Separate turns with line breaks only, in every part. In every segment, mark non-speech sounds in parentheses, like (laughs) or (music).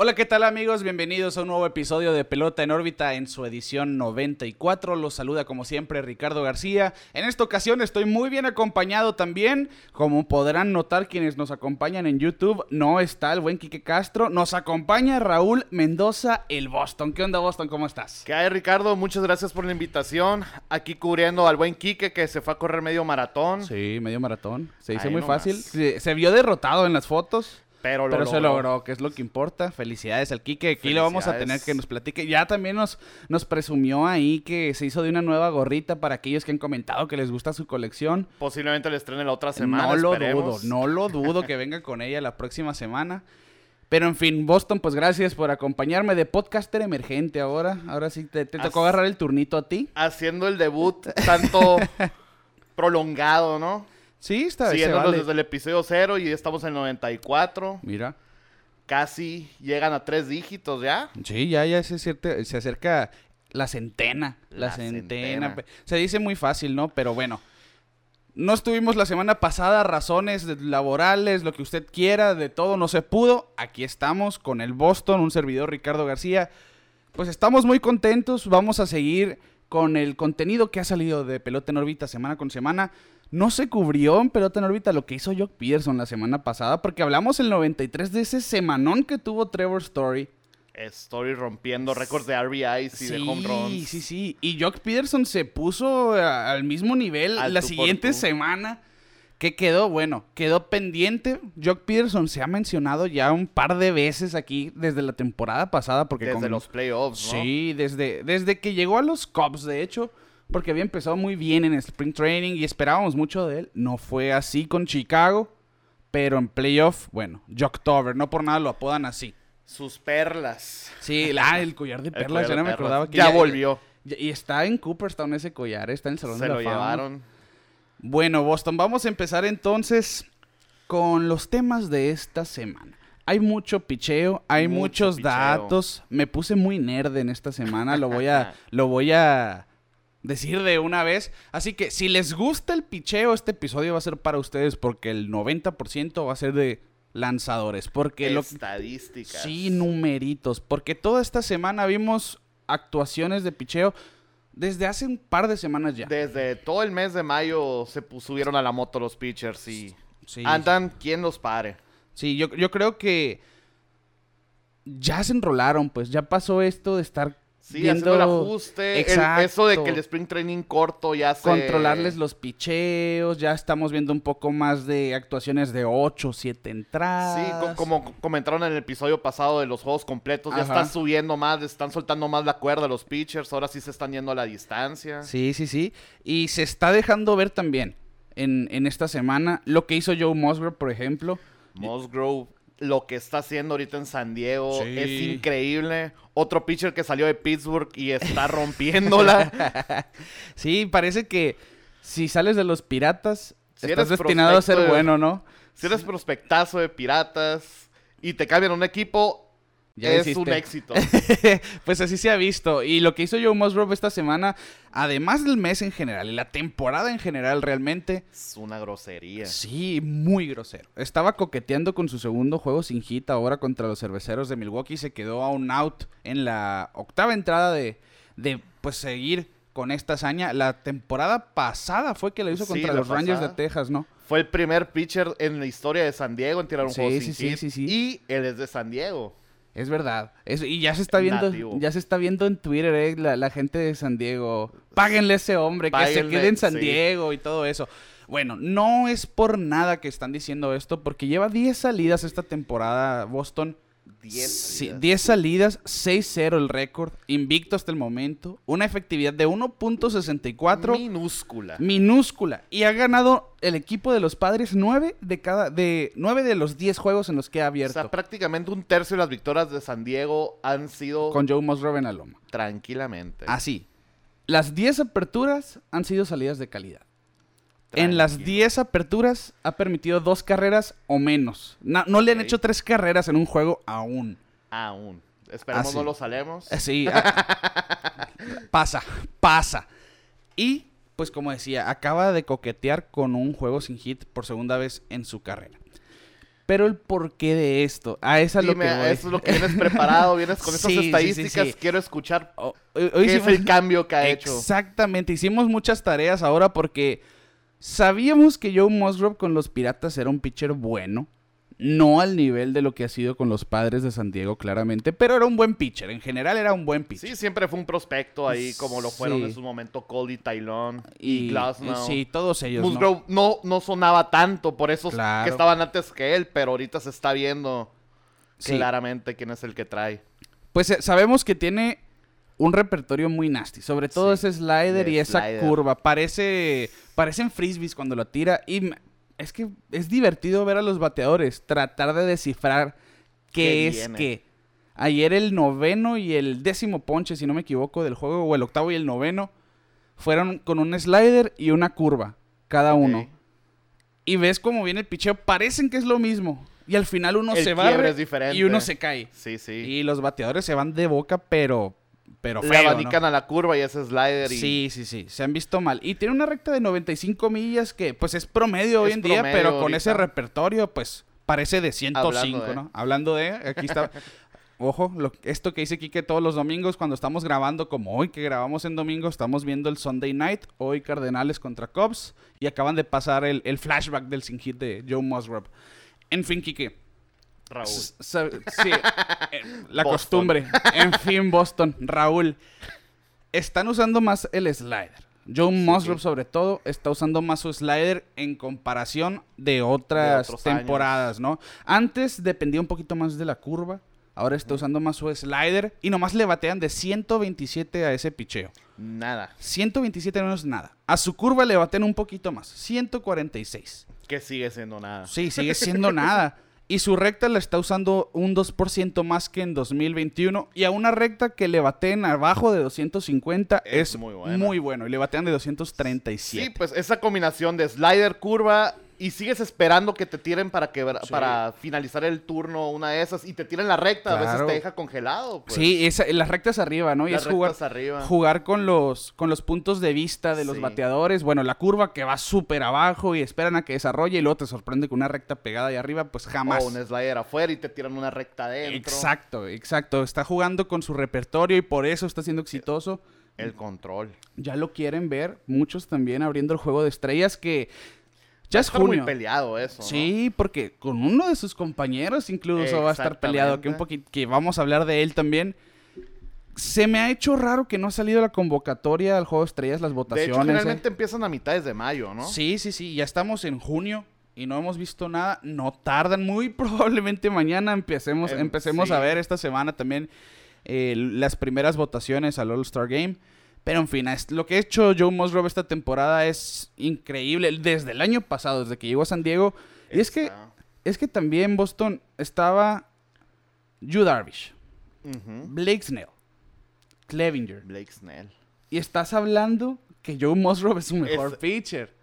Hola, ¿qué tal amigos? Bienvenidos a un nuevo episodio de Pelota en órbita en su edición 94. Los saluda como siempre Ricardo García. En esta ocasión estoy muy bien acompañado también. Como podrán notar quienes nos acompañan en YouTube, no está el buen Quique Castro. Nos acompaña Raúl Mendoza, el Boston. ¿Qué onda Boston? ¿Cómo estás?
¿Qué hay Ricardo? Muchas gracias por la invitación. Aquí cubriendo al buen Quique que se fue a correr medio maratón.
Sí, medio maratón. Se hizo
Ahí
muy
nomás.
fácil. Se, se vio derrotado en las fotos.
Pero lo
Pero se
logró.
logró, que es lo que importa. Felicidades al Kike. Aquí lo vamos a tener
Felicidades.
que nos platique. Ya también nos, nos presumió ahí que se hizo de una nueva gorrita para aquellos que han comentado que les gusta su colección.
Posiblemente le estrene la otra semana.
no lo dudo,
esperemos.
no lo dudo que venga con ella la próxima semana. Pero en fin, Boston, pues gracias por acompañarme de podcaster emergente ahora. Ahora sí te, te tocó
As-
agarrar el turnito a ti.
Haciendo el debut
(laughs)
tanto prolongado, ¿no?
Sí, está bien.
Siguiéndonos desde el episodio 0 y ya estamos en 94.
Mira.
Casi llegan a tres dígitos ya.
Sí, ya, ya se, cierte- se acerca la centena. La,
La
centena.
centena.
pe- Se dice muy fácil, ¿no? Pero bueno. No estuvimos la semana pasada, razones de- laborales, lo que usted quiera, de todo no se pudo. Aquí estamos con el Boston, un servidor Ricardo García. Pues estamos muy contentos, vamos a seguir con el contenido que ha salido de Pelota en órbita semana con semana. No se cubrió en Pelota en órbita lo que hizo Jock Peterson la semana pasada, porque hablamos el 93 de ese semanón que tuvo Trevor Story.
Story rompiendo récords de RBIs y de home runs.
Sí, sí. Y Jock Peterson se puso a- al mismo nivel
Al
la
tú por
siguiente
tú.
semana. Que quedó, bueno, quedó pendiente. Jock Peterson se ha mencionado ya un par de veces aquí desde la temporada pasada. Porque
Desde
con-
los playoffs, ¿no?
Sí, desde, desde que llegó a los Cubs, de hecho, porque había empezado muy bien en Spring Training y esperábamos mucho de él. No fue así con Chicago, pero en playoff, bueno, Jocktober, no por nada lo apodan así.
Sus perlas. (laughs)
Sí, la- el collar de
El
perlas,
collar
ya
de
no me
perlas.
acordaba que
Ya volvió.
Y, y está en Cooperstown ese collar, está en el Salón
Se
de la
lo
Fama.
llevaron.
Bueno, Boston, vamos a empezar entonces con los temas de esta semana. Hay mucho picheo, hay
Mucho
muchos
picheo.
datos. Me puse muy nerd en esta semana, lo voy
(laughs)
a lo voy a decir de una vez. Así que si les gusta el picheo, este episodio va a ser para ustedes porque el 90% va a ser de lanzadores, porque lo
Estadísticas.
Sí, numeritos. Porque toda esta semana vimos actuaciones de picheo desde hace un par de semanas ya.
Desde todo el mes de mayo se pu- subieron a la moto los pitchers y
Sí,
andan quien los pare.
sí yo, yo creo que ya se enrolaron, pues ya pasó esto de estar
Sí,
viendo
haciendo el ajuste. el-
Exacto.
eso de que el spring training corto ya se...
controlarles los picheos, ya estamos viendo un poco más de actuaciones de 8, 7 entradas.
Sí, co- como comentaron en el episodio pasado de los juegos completos, ya
Ajá.
están subiendo más, están soltando más la cuerda los pitchers, ahora sí se están yendo a la distancia.
Sí, sí, sí. Y se está dejando ver también en, en esta semana lo que hizo Joe Musgrove, por ejemplo.
Mosgrove, lo que está haciendo ahorita en San Diego
Sí.
es increíble. Otro pitcher que salió de Pittsburgh y está (laughs) rompiéndola.
Sí, parece que si sales de los piratas,
Si
estás
eres
destinado a ser
prospecto de-
bueno, ¿no?
si eres prospectazo de Piratas y te cambian a un equipo,
Ya
es
hiciste. (laughs)
un éxito.
pues así se ha visto. Y lo que hizo Joe Musgrove esta semana, además del mes en general y la temporada en general realmente,
es una grosería.
sí, muy grosero. Estaba coqueteando con su segundo juego sin hit ahora contra los cerveceros de Milwaukee. Se quedó a un out en la octava entrada de, de pues seguir con esta hazaña. La temporada pasada fue que lo hizo
Sí,
contra
la
los Rangers de
pasada.
Texas, ¿no?
Fue el primer pitcher en la historia de San Diego en tirar un
Sí,
juego
sí,
sin
sí,
hit.
sí, sí.
Y él es de San Diego.
Es verdad. Es- y ya se está viendo,
Nativo.
ya se está viendo en Twitter, eh, la, la gente de San Diego. Páguenle a ese hombre, que se
Páguenle,
quede en San
sí.
Diego y todo eso. Bueno, no es por nada que están diciendo esto, porque lleva 10 salidas esta temporada Boston.
10
Sí,
salidas.
10 salidas, 6-0 el récord, invicto hasta el momento, una efectividad de 1.64
Minúscula.
minúscula y ha ganado el equipo de los Padres 9 de cada de 9 de los 10 juegos en los que ha
O
abierto
sea, prácticamente un tercio de las victorias de San Diego han sido
con Joe Musgrove en la loma.
tranquilamente.
Así. Las 10 aperturas han sido salidas de calidad. En las
Tranquilo.
10 aperturas ha permitido dos carreras o menos. Na- No, le han
Ok.
hecho tres carreras en un juego aún.
Aún. Esperemos
Así.
no lo salemos.
Eh, Sí. a- (laughs) pasa, pasa. Y, pues como decía, acaba de coquetear con un juego sin hit por segunda vez en su carrera. Pero el porqué de esto, a esa es lo
Dime,
que voy.
eso es lo que vienes preparado, vienes
(laughs)
con esas
Sí, sí, sí,
estadísticas.
sí.
Quiero escuchar
(laughs) O- hoy- hoy
qué es
hicimos-
el cambio que ha hecho.
Exactamente, hicimos muchas tareas ahora porque sabíamos que Joe Musgrove con los Piratas era un pitcher bueno. No al nivel de lo que ha sido con los padres de San Diego, claramente, pero era un buen pitcher. En general era un buen pitcher.
Sí, siempre fue un prospecto ahí, como lo fueron
Sí.
en su momento Cody, Tylon y, Glasnow.
Sí, todos ellos. ¿no?
Musgrove no, no sonaba tanto por esos
Claro.
que estaban antes que él, pero ahorita se está viendo
Sí.
claramente quién es el que trae.
Pues eh, sabemos que tiene un repertorio muy nasty, sobre todo
Sí,
ese slider
de
y esa
slider.
curva. Parece parecen frisbees cuando lo tira y m- es que es divertido ver a los bateadores tratar de descifrar
¿Qué
qué, es
viene?
qué. Ayer el noveno y el décimo ponche, si no me equivoco, del juego o el octavo y el noveno fueron con un slider y una curva cada uno.
Ok.
Y ves cómo viene el picheo, parecen que es lo mismo y al final uno
El
se
quiebre
va
es diferente.
y uno se cae.
Sí, sí.
Y los bateadores se van de boca, pero. Pero
Le
feo, ¿no?
abanican a la curva y ese slider. Y
Sí, sí, sí. Se han visto mal. Y tiene una recta de 95 millas que, pues, es promedio hoy
Es
en día,
promedio
pero con
ahorita.
ese repertorio, pues, parece de 105,
Hablando de.
¿no? Hablando de. Aquí
(laughs)
está. Ojo, lo- esto que dice Kike todos los domingos, cuando estamos grabando, como hoy que grabamos en domingo, estamos viendo el Sunday night. Hoy Cardenales contra Cubs. Y acaban de pasar el, el flashback del sin hit de Joe Musgrove. En fin, Kike.
Raúl.
S- sabe- Sí, eh, la
Boston.
costumbre. En fin, Boston, Raúl. Están usando más el slider. Joe Musgrove, sobre todo, está usando más su slider en comparación de otras
otros
temporadas, ¿no? Antes dependía un poquito más de la curva. Ahora está usando más su slider y nomás le batean de 127 a ese picheo.
Nada.
127 no es nada. A su curva le batean un poquito más. 146.
Que sigue siendo nada.
Sí, sigue siendo nada. Y su recta la está usando un 2% más que en 2021. Y a una recta que le bateen abajo de 250
Es
es,
muy
muy,
buena.
bueno. Y le batean de 237.
Sí, pues esa combinación de slider, curva y sigues esperando que te tiren para quebra-
Sí.
para finalizar el turno una de esas y te tiren la recta, a veces
Claro.
te deja congelado. pues.
Sí, esa- las rectas arriba, ¿no? Y
Las
es jugar,
rectas arriba.
jugar con los con los puntos de vista de los
Sí.
bateadores. Bueno, la curva que va súper abajo y esperan a que desarrolle y luego te sorprende con una recta pegada ahí arriba, pues jamás.
O Oh, un slider afuera y te tiran una recta adentro.
exacto, exacto. Está jugando con su repertorio y por eso está siendo exitoso.
El control.
ya lo quieren ver. Muchos también abriendo el juego de estrellas que ya es
Está muy
junio.
peleado eso. ¿no?
Sí, porque con uno de sus compañeros incluso va a estar peleado, que un
Exactamente.
poquito, que vamos a hablar de él también. Se me ha hecho raro que no ha salido la convocatoria al juego de estrellas, las
De
votaciones.
hecho,
¿eh?
generalmente empiezan a mitades de mayo, ¿no?
Sí, sí, sí, ya estamos en junio y no hemos visto nada, no tardan, muy (laughs) probablemente mañana empecemos,
Em,
empecemos
sí.
a ver esta semana también eh, las primeras votaciones al All Star Game. Pero en fin, es- lo que ha hecho Joe Musgrove esta temporada es increíble, desde el año pasado, desde que llegó a San Diego. Y es que,
Está.
es que también Boston estaba Yu Darvish,
Ujú.
Blake Snell, Clevinger.
Blake Snell.
Y estás hablando que Joe Musgrove es su mejor
Es-
pitcher.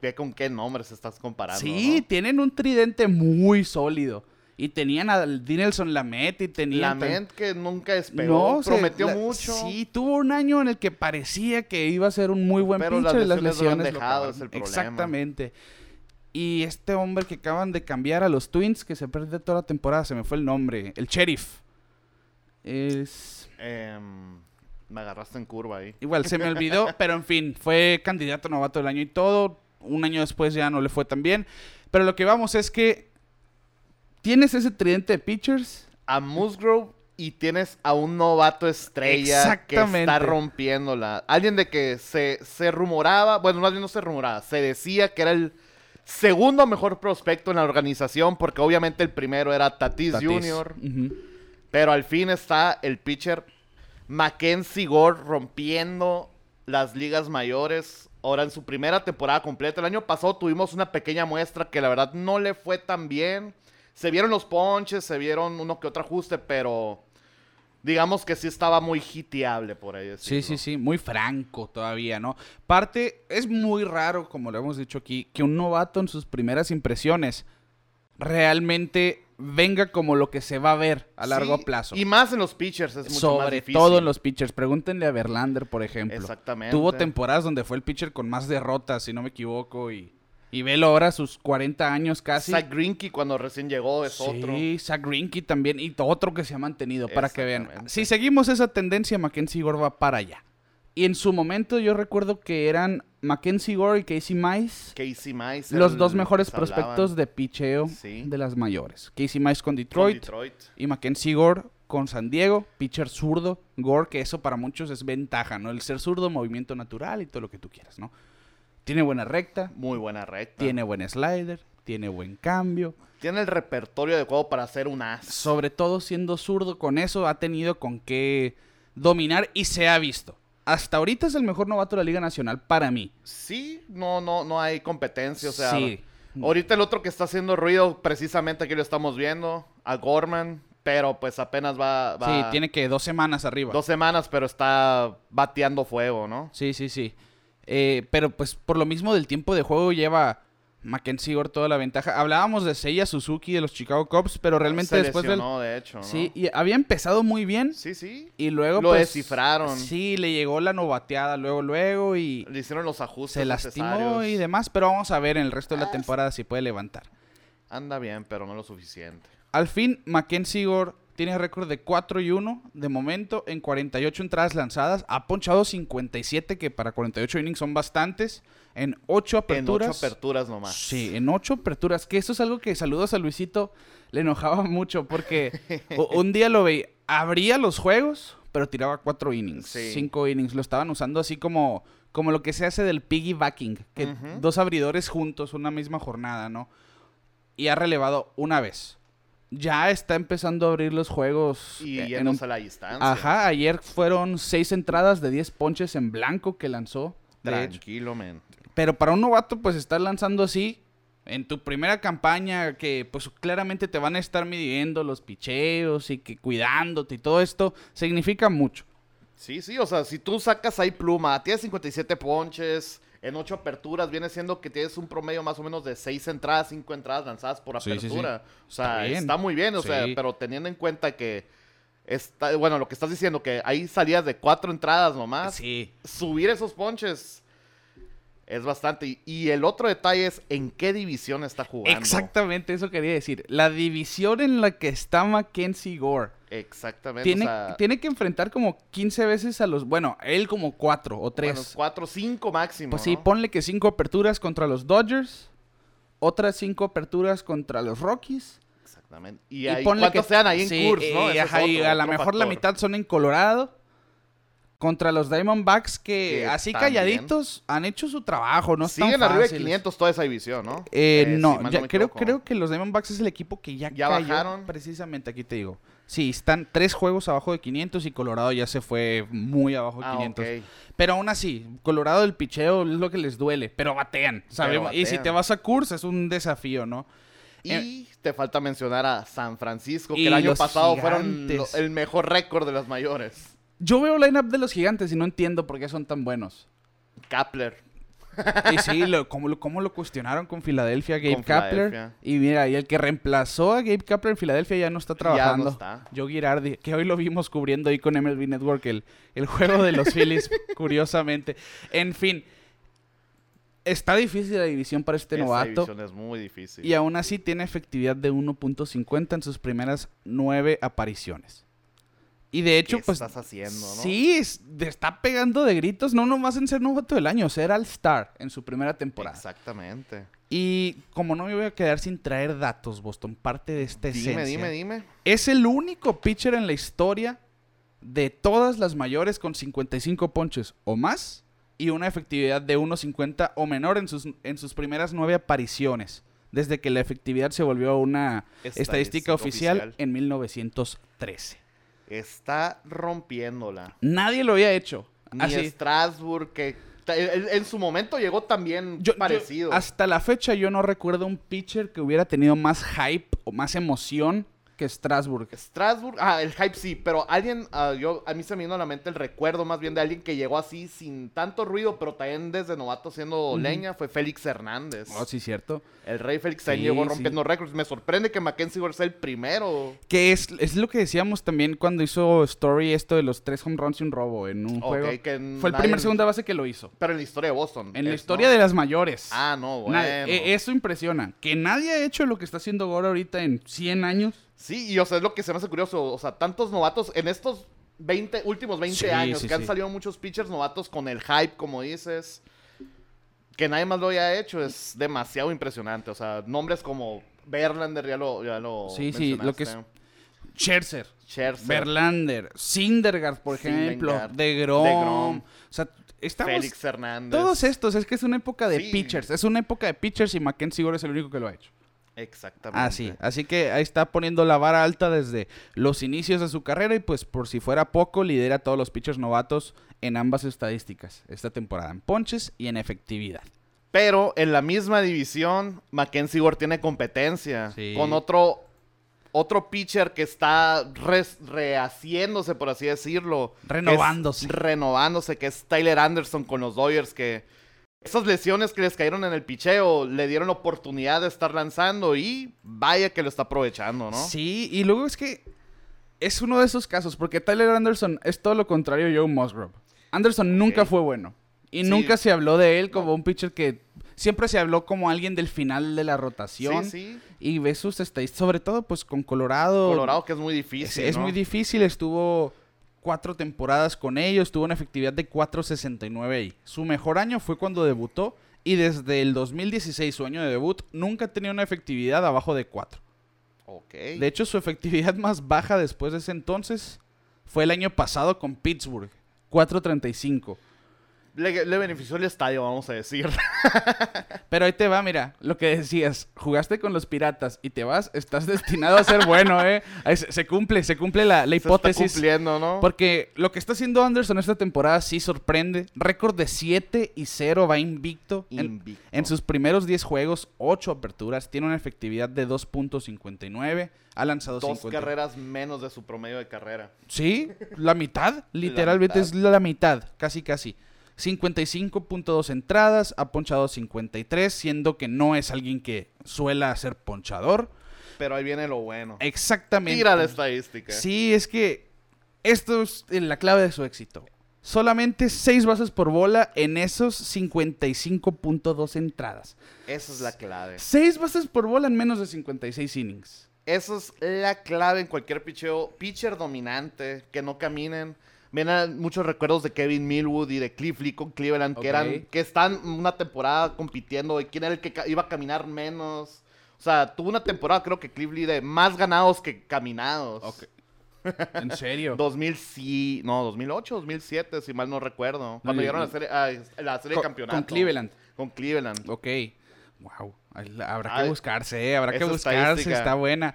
Ve con qué nombres estás comparando.
Sí,
¿no?
tienen un tridente muy sólido. Y tenían a Dinelson Lamet y tenían... tan-
Lament que nunca despegó.
No, se-
prometió
la-
mucho.
Sí, tuvo un año en el que parecía que iba a ser un muy buen
Pero las
pitcher y las
lesiones lo han
lesiones lo
dejado,
acabaron.
es el problema.
Exactamente. Y este hombre que acaban de cambiar a los Twins, que se perdió toda la temporada, se me fue el nombre, el Sheriff. Es...
Em, me agarraste en curva ahí.
Igual se me
(laughs)
olvidó, pero en fin, fue candidato novato del año y todo. Un año después ya no le fue tan bien. Pero lo que vamos es que tienes ese tridente de pitchers.
A Musgrove y tienes a un novato estrella que está
Exactamente.
rompiéndola. Alguien de que se, se rumoraba, bueno, más bien no se rumoraba, se decía que era el segundo mejor prospecto en la organización, porque obviamente el primero era Tatis,
Tatis.
Jr.,
Ujú.
pero al fin está el pitcher Mackenzie Gore rompiendo las ligas mayores. Ahora en su primera temporada completa, el año pasado tuvimos una pequeña muestra que la verdad no le fue tan bien. Se vieron los ponches, se vieron uno que otro ajuste, pero digamos que sí estaba muy hiteable por ahí.
Sí,
decirlo.
sí, sí, muy franco todavía, ¿no? Parte, es muy raro, como lo hemos dicho aquí, que un novato en sus primeras impresiones realmente venga como lo que se va a ver a largo
Sí,
plazo.
Y más en los pitchers, es mucho más
Sobre
difícil.
todo en los pitchers. Pregúntenle a Verlander, por ejemplo.
Exactamente.
Tuvo temporadas donde fue el pitcher con más derrotas, si no me equivoco, y, y velo ahora a sus 40 años casi.
Zach Greinke cuando recién llegó es otro.
Sí, Zach Greinke también, y to- otro que se ha mantenido, para que vean.
Exactamente.
Si seguimos esa tendencia, Mackenzie Gore va para allá. Y en su momento yo recuerdo que eran Mackenzie Gore y Casey Mize
Casey Mize.
los
el
dos mejores
que se hablaban
prospectos de picheo
Sí.
de las mayores. Casey Mize con
con
Detroit, y Mackenzie Gore con San Diego, pitcher zurdo, Gore, que eso para muchos es ventaja, ¿no? El ser zurdo, movimiento natural y todo lo que tú quieras, ¿no? Tiene buena recta,
Muy buena recta.
tiene buen slider, tiene buen cambio.
Tiene el repertorio adecuado para hacer un as.
Sobre todo siendo zurdo, con eso ha tenido con qué dominar y se ha visto. Hasta ahorita es el mejor novato de la Liga Nacional para mí.
Sí, no, no, no hay competencia. O sea,
Sí.
ahorita el otro que está haciendo ruido, precisamente aquí lo estamos viendo, a Gorman, pero pues apenas va. va
Sí, tiene que dos semanas arriba.
dos semanas, pero está bateando fuego, ¿no?
Sí, sí, sí. Eh, pero pues por lo mismo del tiempo de juego lleva Mackenzie Gore toda la ventaja. Hablábamos de Seiya Suzuki de los Chicago Cubs, pero realmente
Ah, Se
después del...
lesionó, de hecho. ¿no?
Sí, y había empezado muy bien
sí, sí.
y luego
Lo
pues,
descifraron.
Sí, le llegó la novateada luego, luego y
Le hicieron los ajustes.
se lastimó
necesarios.
y demás, pero vamos a ver en el resto de la
Ah,
temporada si puede levantar.
Anda bien, pero no lo suficiente.
Al fin, Mackenzie Gore tiene récord de 4 y 1 de momento en 48 entradas lanzadas. Ha ponchado 57, que para 48 innings son bastantes, en 8 aperturas.
En ocho aperturas nomás.
Sí, en 8 aperturas. Que eso es algo que saludos a Luisito le enojaba mucho
(laughs)
porque u- un día lo veía, abría los juegos, pero tiraba 4 innings,
Sí.
5 innings. Lo estaban usando así como, como lo que se hace del piggybacking, que
Ujú.
dos abridores juntos, una misma jornada, ¿no? y ha relevado una vez. Ya está empezando a abrir los juegos.
Y
en
yéndose
un-
a la distancia.
Ajá, ayer fueron seis entradas de 10 ponches en blanco que lanzó. De hecho.
Tranquilo, men.
Pero para un novato, pues estar lanzando así, en tu primera campaña, que pues claramente te van a estar midiendo los picheos y que cuidándote y todo esto, significa mucho.
Sí, sí, o sea, si tú sacas ahí pluma, tienes 57 ponches, en 8 aperturas, viene siendo que tienes un promedio más o menos de 6 entradas, 5 entradas lanzadas por
Sí, sí, sí.
apertura. O
Está
sea,
bien.
está, muy bien, o sea,
Sí.
pero teniendo en cuenta que, está, bueno, lo que estás diciendo, que ahí salías de 4 entradas nomás,
Sí.
subir esos ponches es bastante. Y, y el otro detalle es en qué división está jugando.
Exactamente, eso quería decir. La división en la que está Mackenzie Gore.
Exactamente.
Tiene,
o sea,
tiene que enfrentar como 15 veces a los. Bueno, él como 4 o 3.
Bueno, 4, 5 máximo.
pues sí,
¿no?
ponle que 5 aperturas contra los Dodgers. Otras 5 aperturas contra los Rockies.
Exactamente. Y, ahí,
ponle
¿cuántos sean ahí en
sí,
Coors,
eh,
no? Ese es
ajá, y
otro-
a lo
otro
mejor la
factor.
mitad son en Colorado. Contra los Diamondbacks que,
Que
así
también.
calladitos han hecho su trabajo. No están
Siguen arriba de
fáciles.
500 toda esa división, ¿no?
Eh,
Eh,
no,
si mal
ya
me
creo,
equivoco.
creo que los Diamondbacks es el equipo que ya,
Ya
cayó
bajaron.
Precisamente, aquí te digo. Sí, están tres juegos abajo de 500 y Colorado ya se fue muy abajo de
Ah,
500.
ok.
Pero aún así, Colorado el picheo es lo que les duele, pero batean, sabemos. Y si
batean.
te vas a Curse es un desafío, ¿no?
Y te falta mencionar a San Francisco,
Eh, Y
que el año
los
pasado fueron
gigantes.
lo- el mejor récord de las mayores.
Yo veo lineup de los gigantes y no entiendo por qué son tan buenos.
Kapler.
Este Y sí, lo, cómo, lo, cómo lo cuestionaron con Filadelfia, Gabe
Con
Kapler.
Filadelfia.
Y mira, y el que reemplazó a Gabe Kapler en Filadelfia ya no está
Ya no
trabajando.
está.
Joe Girardi, que hoy lo vimos cubriendo ahí con MLB Network el, el juego de los
(laughs)
Phillies, curiosamente. En fin, está difícil la división para este
Esa
novato.
división es muy difícil.
Y aún así tiene efectividad de 1.50 en sus primeras nueve apariciones. Y de hecho,
¿Qué
pues.
estás haciendo, no?
Sí, es- te está pegando de gritos, no nomás en ser novato del año, ser All-Star en su primera temporada.
Exactamente.
Y como no me voy a quedar sin traer datos, Boston, parte de esta
Dime,
esencia.
dime, dime.
Es el único pitcher en la historia de todas las mayores con 55 ponches o más y una efectividad de 1.50 o menor en sus, en sus primeras nueve apariciones, desde que la efectividad se volvió una estadística,
Estadística
oficial,
oficial.
en 1913.
Está rompiéndola.
Nadie lo había hecho.
Ni
Así.
Strasbourg, que ta- en, en su momento llegó también
Yo- yo-
parecido.
hasta la fecha yo no recuerdo un pitcher que hubiera tenido más hype o más emoción que Strasbourg.
Strasbourg, ah, el hype sí, pero alguien, ah, yo, a mí se me vino a la mente el recuerdo más bien de alguien que llegó así sin tanto ruido, pero también desde novato siendo leña, fue Félix Hernández.
Oh, sí, cierto.
El Rey Félix también
Sí,
llegó
sí.
rompiendo récords. Me sorprende que Mackenzie Gore sea el primero.
Que es, es lo que decíamos también cuando hizo Story esto de los tres home runs y un robo en un
Ok,
juego.
que
Fue el
nadie-
primer segunda base que lo hizo.
Pero en la historia de Boston.
En la
es,
historia
¿no?
de las mayores.
Ah, no, bueno.
Nadie- e- eso impresiona. Que nadie ha hecho lo que está haciendo Gore ahorita en 100 años.
Sí, y o sea, es lo que se me hace curioso. O sea, tantos novatos en estos 20, últimos 20
Sí,
años
sí,
que han
sí.
salido muchos pitchers novatos con el hype, como dices, que nadie más lo haya hecho, es demasiado impresionante. O sea, nombres como Verlander ya lo, ya lo
Sí, sí, lo que es-
mencionaste.
Scherzer,
Scherzer,
Verlander, Syndergaard, por ejemplo,
Syndergaard,
DeGrom.
DeGrom.
O sea, estamos...
Félix Hernández.
Todos estos, es que es una época de
Sí.
pitchers. Es una época de pitchers y Mackenzie Gore es el único que lo ha hecho.
Exactamente.
Así, así que ahí está poniendo la vara alta desde los inicios de su carrera y pues por si fuera poco lidera a todos los pitchers novatos en ambas estadísticas esta temporada, en ponches y en efectividad.
Pero en la misma división, Mackenzie Gore tiene competencia
Sí.
con otro, otro pitcher que está res- rehaciéndose, por así decirlo. que es-
Renovándose.
renovándose, que es Tyler Anderson con los Dodgers, que esas lesiones que les cayeron en el picheo le dieron la oportunidad de estar lanzando y vaya que lo está aprovechando, ¿no?
Sí, y luego es que es uno de esos casos, porque Tyler Anderson es todo lo contrario a Joe Musgrove. Anderson nunca
Ok.
fue bueno y
Sí.
nunca se habló de él como un pitcher que siempre se habló como alguien del final de la
Sí,
rotación.
sí.
Y ves sus estadísticas, sobre todo pues con Colorado.
Colorado que es muy
Es,
difícil.
es
¿no?
muy difícil, estuvo cuatro temporadas con ellos, tuvo una efectividad de 4.69 ahí. Su mejor año fue cuando debutó y desde el 2016, su año de debut, nunca tenía una efectividad abajo de 4.
Ok.
De hecho, su efectividad más baja después de ese entonces fue el año pasado con Pittsburgh, 4.35.
Le, le benefició el estadio, vamos a decir. (laughs)
Pero ahí te va, mira, lo que decías, jugaste con los piratas y te vas, estás destinado a ser bueno, ¿eh? (laughs) Ahí Se, se cumple, se cumple la, la
Se está
hipótesis.
cumpliendo, ¿no?
Porque lo que está haciendo Anderson esta temporada sí sorprende. Récord de 7 y 0 va invicto. En-
Invicto.
En, sus primeros 10 juegos, 8 aperturas. Tiene una efectividad de 2.59. Ha lanzado
dos
50.
carreras menos de su promedio de carrera.
Sí, la mitad. Literalmente
mitad.
es la mitad. Casi, casi. 55.2 entradas. Ha ponchado 53, siendo que no es alguien que suela ser ponchador.
Pero ahí viene lo bueno.
Exactamente.
Tira la estadística.
Sí, es que esto es eh, la clave de su éxito. Solamente 6 bases por bola en esos 55.2 entradas.
Esa es la clave.
6 bases por bola en menos de 56 innings.
Esa es la clave en cualquier picheo. Pitcher dominante, que no caminen. Vienen muchos recuerdos de Kevin Millwood y de Cliff Lee con Cleveland,
Ok.
que eran que están una temporada compitiendo de quién era el que ca- iba a caminar menos. O sea, tuvo una temporada, creo que Cliff Lee, de más ganados que caminados.
¿En
(laughs)
serio?
2000, sí, no, 2008, 2007, si mal no recuerdo. Cuando
yo-
llegaron a la serie, a la serie
Con-
de campeonato.
con Cleveland.
Con Cleveland.
Ok. Wow. Habrá que
Ay,
buscarse, eh, habrá que
esa
buscarse,
estadística.
está
(laughs)
buena.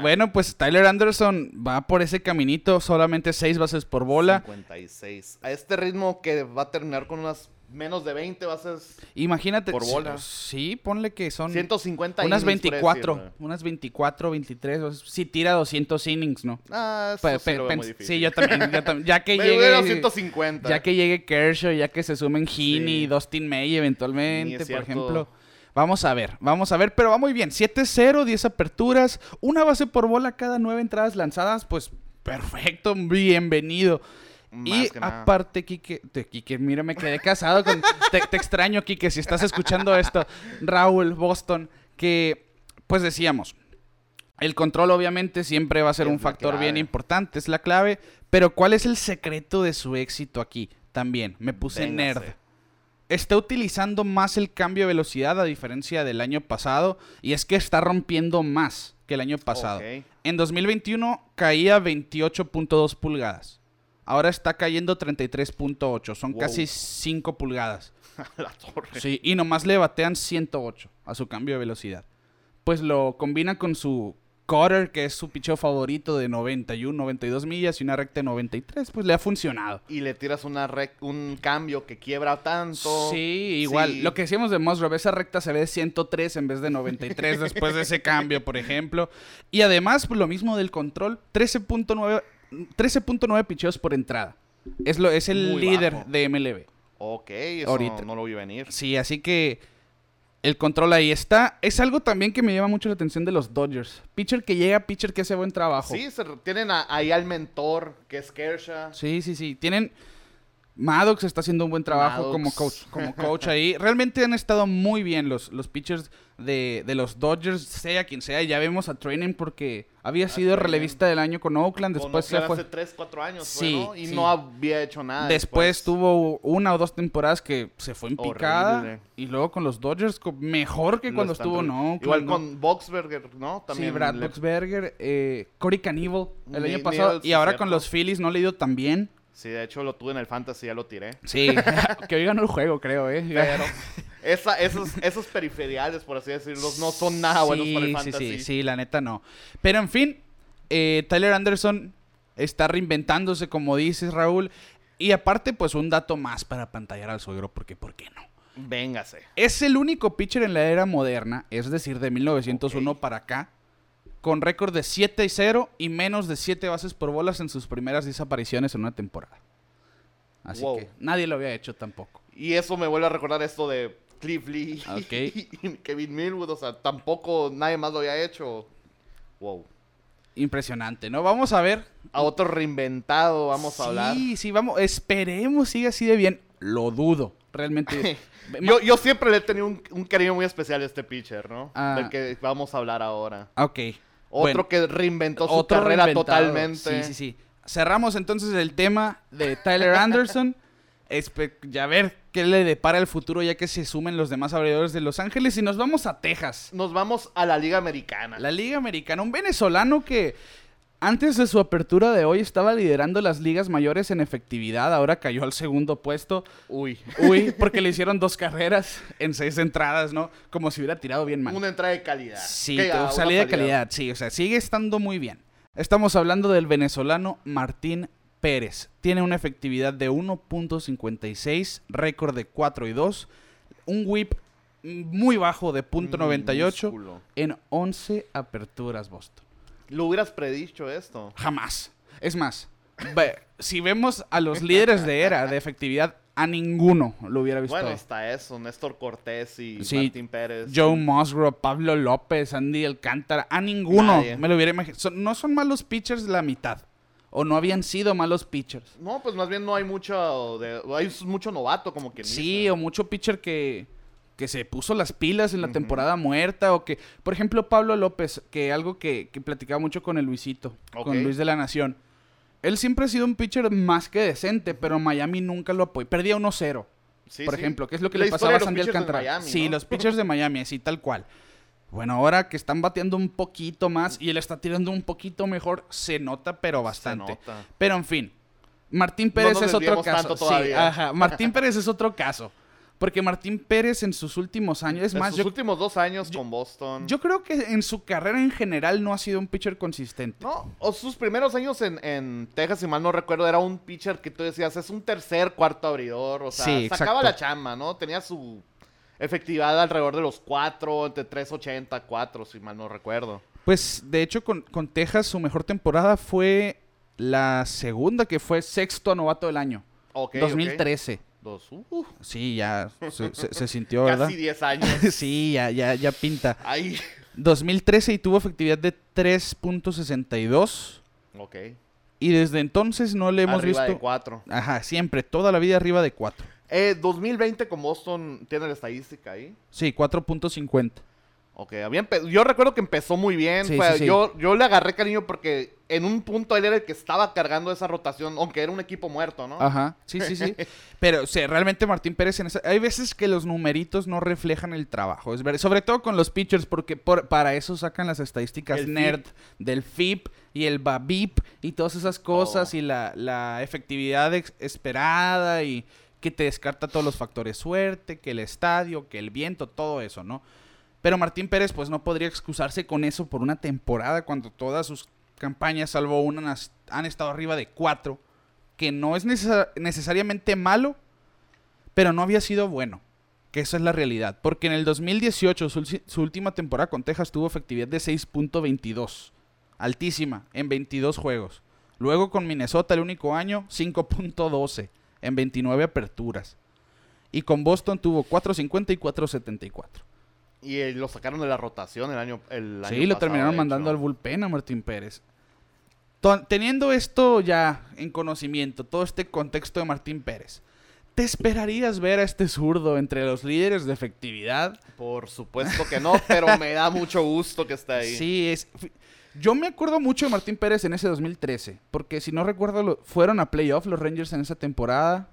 Bueno, pues Tyler Anderson va por ese caminito, solamente 6 bases por bola.
56. A este ritmo que va a terminar con unas menos de 20 bases.
Imagínate.
Por bola.
Sí, ponle que son
150
Unas
innings, por
24,
decirlo.
unas 24, 23. o sea, Si tira 200 innings, ¿no?
Ah, eso
Pe-
sí
pe-
lo veo
pen-
muy
sí,
difícil.
yo también. yo tam- ya que
(laughs) Me hubiera dado
llegue.
150.
Ya que llegue Kershaw, ya que se sumen Heaney
Sí.
y Dustin May
Ni
eventualmente,
es
por
cierto.
ejemplo. Vamos a ver, vamos a ver, pero va muy bien. 7-0, 10 aperturas, una base por bola cada 9 entradas lanzadas, pues perfecto, bienvenido.
Más
y
que nada.
aparte, Quique, te- Quique, mira, me quedé casado con... Te, te extraño, Quique, si estás escuchando esto. Raúl, Boston, que pues decíamos, el control obviamente siempre va a ser
Es
un
la
factor bien
clave.
importante, es la clave, pero ¿cuál es el secreto de su éxito aquí? También, me puse
Véngase.
nerd. Está utilizando más el cambio de velocidad a diferencia del año pasado y es que está rompiendo más que el año pasado.
Ok.
En 2021 caía 28.2 pulgadas. Ahora está cayendo 33.8, son
Wow.
casi 5
(laughs)
pulgadas.
la torre.
Sí, y nomás le batean 108 a su cambio de velocidad. Pues lo combina con su cutter, que es su picheo favorito de 91, 92 millas y una recta de 93, pues le ha funcionado.
Y le tiras una rec- un cambio que quiebra tanto.
Sí, igual.
Sí.
Lo que decíamos de Musgrove, esa recta se ve de 103 en vez de 93 después de
(laughs)
ese cambio, por ejemplo. Y además, pues, lo mismo del control, 13.9 13.9 picheos por entrada. Es, lo, es el
Muy
líder
bajo.
de MLB.
Ok, eso
Ahorita.
no lo vi venir.
Sí, así que el control ahí está. Es algo también que me llama mucho la atención de los Dodgers. Pitcher que llega, pitcher que hace buen trabajo.
Sí, se, re- tienen a- ahí al mentor, que es Kershaw.
Sí, sí, sí. Tienen. Maddox está haciendo un buen trabajo
Maddox.
como coach, como coach
(laughs)
ahí. Realmente han estado muy bien los, los pitchers de, de los Dodgers, sea quien sea. Ya vemos a Training porque había sido
Treinen.
relevista del año con Oakland.
Con
Después se
Oakland
fue.
hace ah, 3, 4 años, fue,
Sí,
¿no? Y
sí.
no había hecho nada.
Después tuvo una o dos temporadas que se fue en picada.
Horrible.
Y luego con los Dodgers, co- mejor que
Lo
cuando
están
estuvo en
re-
Oakland.
Igual
¿no?
con Boxberger, ¿no?
sí, Brad
le-
Boxberger, eh, Cory Canival el
Ni-
año pasado.
Nichols,
Y ahora
cierto.
con los Phillies no le ha ido tan bien.
Sí, de hecho lo tuve en el Fantasy, ya lo
(laughs)
tiré.
Sí,
(laughs)
que hoy ganó el juego, creo, ¿eh?
Pero esa- esos, esos periferiales, por así decirlo, Pues no son nada buenos para el Fantasy.
Sí, sí, sí, la neta no. Pero en fin, eh, Tyler Anderson está reinventándose, como dices, Raúl. Y aparte, pues un dato más para pantallar al suegro, porque ¿por qué no?
Véngase.
Es el único pitcher en la era moderna, es decir, de 1901
Ok.
para acá, con récord de 7 y 0 y menos de 7 bases por bolas en sus primeras 10 apariciones en una temporada. Así
Wow.
que nadie lo había hecho tampoco.
Y eso me vuelve a recordar esto de Cliff Lee
Ok.
(laughs) y Kevin Millwood. O sea, tampoco nadie más lo había hecho. Wow.
Impresionante, ¿no? Vamos a ver
A otro reinventado vamos a hablar.
Sí, sí, vamos. Esperemos siga así de bien. Lo dudo,
(laughs)
realmente.
Yo, yo siempre le he tenido un, un cariño muy especial a este pitcher, ¿no?
Ah.
Del que vamos a hablar ahora.
ok.
Otro
Bueno,
que reinventó su
otro
carrera
reinventado.
totalmente.
Sí, sí, sí. Cerramos entonces el tema de Tyler Anderson. (laughs) Espe- ya ver qué le depara el futuro ya que se sumen los demás abridores de Los Ángeles y nos vamos a Texas.
Nos vamos a la Liga Americana.
La Liga Americana, un venezolano que antes de su apertura de hoy estaba liderando las ligas mayores en efectividad, ahora cayó al segundo puesto.
Uy.
Uy, porque le hicieron dos carreras en seis entradas, ¿no? Como si hubiera tirado bien mal.
Una entrada de calidad.
Sí,
Que- ah,
tuvo
una
salida de calidad, sí, o sea, sigue estando muy bien. Estamos hablando del venezolano Martín Pérez. Tiene una efectividad de 1.56, récord de 4 y 2, un whip muy bajo de
Mm,
.98
músculo.
en 11 aperturas Boston.
Lo hubieras predicho esto.
Jamás. Es más, ve- si vemos a los líderes de era de efectividad, a ninguno lo hubiera visto.
Bueno,
ahí.
está eso. Néstor Cortés y
Sí,
Martín Pérez.
Joe Musgrove, Pablo López, Andy Alcántara, a ninguno
Nadie.
me lo hubiera imaginado. Son- no son malos pitchers la mitad. O no habían sido malos pitchers.
No, pues más bien no hay mucho de- hay s- mucho novato como que
Sí, o mucho pitcher que, que se puso las pilas en la temporada muerta. O que, por ejemplo, Pablo López, que algo que, que platicaba mucho con el Luisito,
Ok.
con Luis de la Nación. Él siempre ha sido un pitcher más que decente, pero Miami nunca lo apoyó. Perdía 1-0. por ejemplo, que es lo que le pasaba a Sandy Alcántara. sí,
(laughs)
los pitchers de Miami, así tal cual. Bueno, ahora que están bateando un poquito más y él está tirando un poquito mejor, se nota, pero bastante.
nota.
Pero en fin, Martín
No
Pérez
nos
es otro
desviemos tanto
caso. Sí,
todavía.
ajá, Martín Pérez es otro caso. Porque Martín Pérez en sus últimos años, es
En
más,
sus
yo,
últimos dos años con Boston.
yo creo que en su carrera en general no ha sido un pitcher consistente.
No, o sus primeros años en, en Texas, si mal no recuerdo, era un pitcher que tú decías, es un tercer, cuarto abridor. O sea,
Sí,
sacaba
exacto.
la chamba, ¿no? Tenía su efectividad alrededor de los cuatro, entre 3.80, 4, si mal no recuerdo.
Pues de hecho con, con Texas su mejor temporada fue la segunda, que fue sexto a novato del año,
Ok, ok.
2013.
Dos, uh,
Sí, ya se, se- se
(laughs)
sintió, ¿verdad?
casi 10 años.
(laughs) Sí, ya, ya, ya pinta.
Ahí.
2013 y tuvo efectividad de 3.62
Ok.
y desde entonces no le hemos
Arriba de
visto...
cuatro.
Ajá, siempre, toda la vida arriba de 4.
Eh, 2020 con Boston tiene la estadística ahí.
Sí, 4.50.
Ok, había empe- yo recuerdo que empezó muy bien.
Sí,
fue-
sí, sí.
Yo, yo le agarré cariño porque en un punto él era el que estaba cargando esa rotación, aunque era un equipo muerto, ¿no?
Ajá, sí, sí,
(laughs)
sí. Pero o sea, realmente Martín Pérez en esa... Hay veces que los numeritos no reflejan el trabajo, es ver- Sobre todo con los pitchers, porque por- para eso sacan las estadísticas
El
nerd del FIP y el BABIP y todas esas cosas
Oh.
y la, la efectividad ex- esperada y que te descarta todos los factores suerte, que el estadio, que el viento, todo eso, ¿no? Pero Martín Pérez pues no podría excusarse con eso por una temporada cuando todas sus campañas, salvo una, han- han estado arriba de cuatro, que no es necesa- necesariamente malo, pero no había sido bueno. Que esa es la realidad. Porque en el 2018, su, ulti- su última temporada con Texas tuvo efectividad de 6.22. Altísima, en 22 juegos. Luego con Minnesota el único año, 5.12, en 29 aperturas. Y con Boston tuvo 4.50 y 4.74.
Y eh, lo sacaron de la rotación el año, el año
Sí, lo
pasado,
terminaron
de
mandando al
hecho.
bullpen a Martín Pérez. To- Teniendo esto ya en conocimiento, todo este contexto de Martín Pérez, ¿te esperarías ver a este zurdo entre los líderes de efectividad?
Por supuesto que no, pero me da mucho gusto que esté ahí.
Sí, es. fi- Yo me acuerdo mucho de Martín Pérez en ese 2013, porque si no recuerdo, lo- fueron a playoff los Rangers en esa temporada.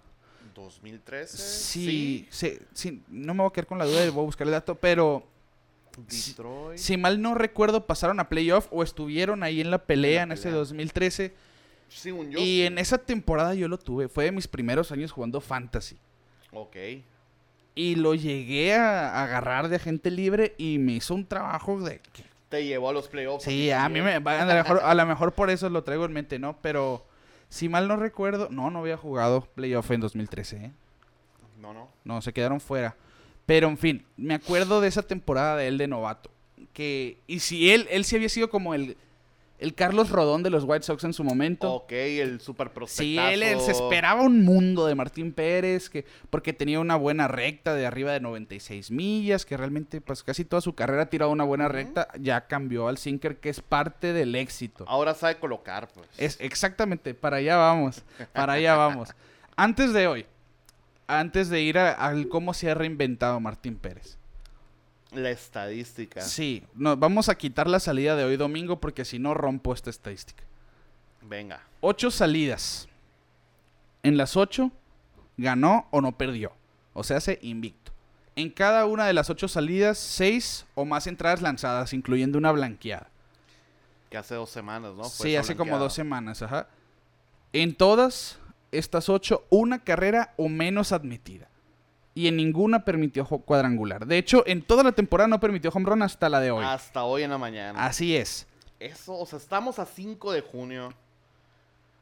2013.
Sí, se- sí, no me voy a quedar con la duda, voy a buscar el dato, pero Sí.
Detroit.
si mal no recuerdo, pasaron a playoff o estuvieron ahí en la pelea en, ese
pelea.
2013.
Según yo.
Y en esa temporada yo lo tuve, fue de mis primeros años jugando fantasy.
Ok.
Y lo llegué a agarrar de agente libre y me hizo un trabajo de que
Te llevó a los playoffs.
Sí,
ti
a mí
también.
me. A lo, mejor, a lo mejor por eso lo traigo en mente, ¿no? Pero si mal no recuerdo, no, no había jugado playoff en 2013, ¿eh?
No, no.
No, se quedaron fuera. Pero en fin, me acuerdo de esa temporada de él de novato. Que, y si él, él sí había sido como el, el Carlos Rodón de los White Sox en su momento.
Ok, el super
Sí,
prospectazo.
él, él se esperaba un mundo de Martín Pérez, que, porque tenía una buena recta de arriba de 96 millas, que realmente pues casi toda su carrera ha tirado una buena recta, ya cambió al sinker, que es parte del éxito.
Ahora sabe colocar, pues.
Es exactamente, para allá vamos, para allá vamos. Antes de hoy, antes de ir a- al cómo se ha reinventado Martín Pérez.
La estadística.
Sí, no, vamos a quitar la salida de hoy domingo porque si no rompo esta estadística.
Venga.
ocho salidas. En las ocho, ganó o no perdió. O sea, se invicto. En cada una de las ocho salidas, seis o más entradas lanzadas, incluyendo una blanqueada.
Que hace dos semanas, ¿no? Fue
sí,
esa
hace como
blanqueada.
dos semanas, ajá. En todas estas ocho, una carrera o menos admitida. Y en ninguna permitió jo- cuadrangular. De hecho, en toda la temporada no permitió home run hasta la de hoy. Ah.
Hasta hoy en la mañana.
Así es.
Eso, o sea, estamos a 5 de junio.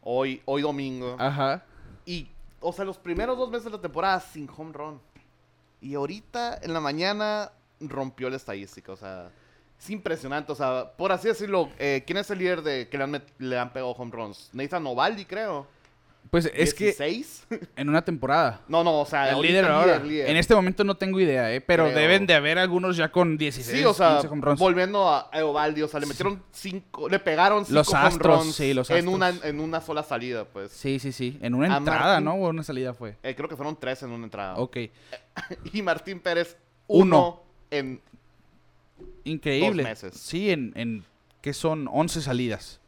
Hoy, hoy domingo.
Ajá.
Y, o sea, los primeros dos meses de la temporada sin home run. Y ahorita, en la mañana, rompió la estadística. O sea, es impresionante. O sea, por así decirlo, eh, ¿quién es el líder de que le han, met- le han pegado home runs? Nathan Ovaldi, creo.
Pues es que
¿16?
en una temporada.
(laughs) no, no, o sea,
El
ahorita
líder ahora.
líder.
En este momento no tengo idea, ¿eh? pero
Creo.
deben de haber algunos ya con 16.
Sí, o sea,
15 home runs.
volviendo a a Ovaldi, o sea, le metieron cinco, le pegaron cinco
Los
home
Astros,
runs
sí, los
en una,
Astros.
en una sola salida, pues.
Sí, sí, sí. En una
A
entrada,
Martín-
¿no? O una salida fue.
Eh, creo que fueron tres en una entrada.
Ok.
Y Martín Pérez,
Uno.
uno, en
Increíble.
Dos meses.
Sí, en, en que son 11 salidas.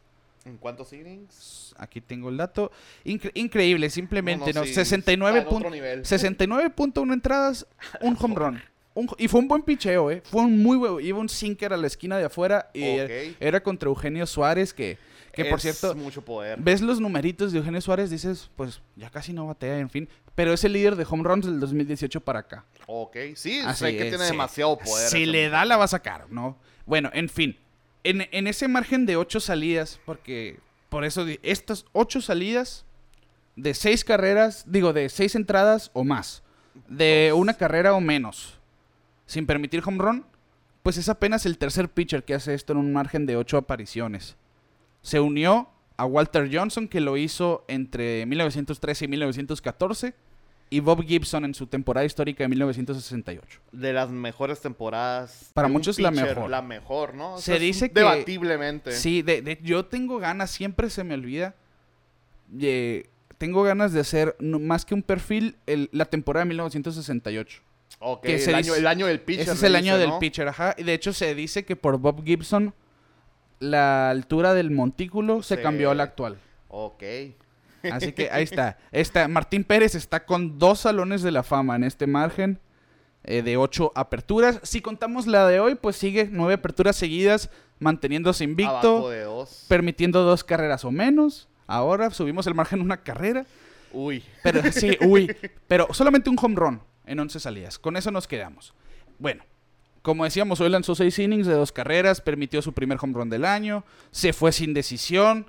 ¿En cuántos innings?
Aquí tengo el dato. Incre- increíble, simplemente, ¿no?
sí,
69
está en otro
pun-
nivel. (laughs)
69.1 entradas, un home run. Un jo- y fue un buen picheo, ¿eh? Fue un muy buen... Iba un sinker a la esquina de afuera y
Ok.
era, era contra Eugenio Suárez, que, que por
Es
cierto...
mucho poder.
Ves los numeritos de Eugenio Suárez, dices, pues ya casi no batea, en fin. Pero es el líder de home runs del 2018 para acá.
Ok, sí,
Así
sé que
es,
tiene
Ah, sí.
demasiado poder.
Si
ese
le
muchacho.
da, la va a sacar, ¿no? Bueno, en fin. En, en ese margen de ocho salidas, porque por eso di- estas ocho salidas de seis carreras, digo, de seis entradas o más, de una carrera o menos, sin permitir home run, pues es apenas el tercer pitcher que hace esto en un margen de ocho apariciones. Se unió a Walter Johnson, que lo hizo entre 1913 y 1914, y Bob Gibson en su temporada histórica de 1968.
De las mejores temporadas.
Para
de un
muchos la
pitcher,
mejor.
La mejor, ¿no? O
Se
sea, es un-
dice que-
Debatiblemente.
Sí, de, de- yo tengo ganas, siempre se me olvida. eh, tengo ganas de hacer no- más que un perfil el- la temporada de 1968.
Ok,
que
el,
se
año,
dice-
el año del pitcher.
Ese es
le
el año
dice,
del
¿no?
pitcher, ajá. Y de hecho se dice que por Bob Gibson la altura del montículo se
Sí.
cambió a la actual.
Ok.
Así que ahí está.
(laughs)
está. Martín Pérez está con dos salones de la fama en este margen eh, de ocho aperturas. Si contamos la de hoy, pues sigue nueve aperturas seguidas, manteniéndose invicto.
Abajo de dos.
permitiendo dos carreras o menos. Ahora subimos el margen una carrera.
Uy.
Pero (laughs) sí, uy. Pero solamente un home run en 11 salidas. Con eso nos quedamos. Bueno, Como decíamos, hoy lanzó seis innings de dos carreras, permitió su primer home run del año, se fue sin decisión,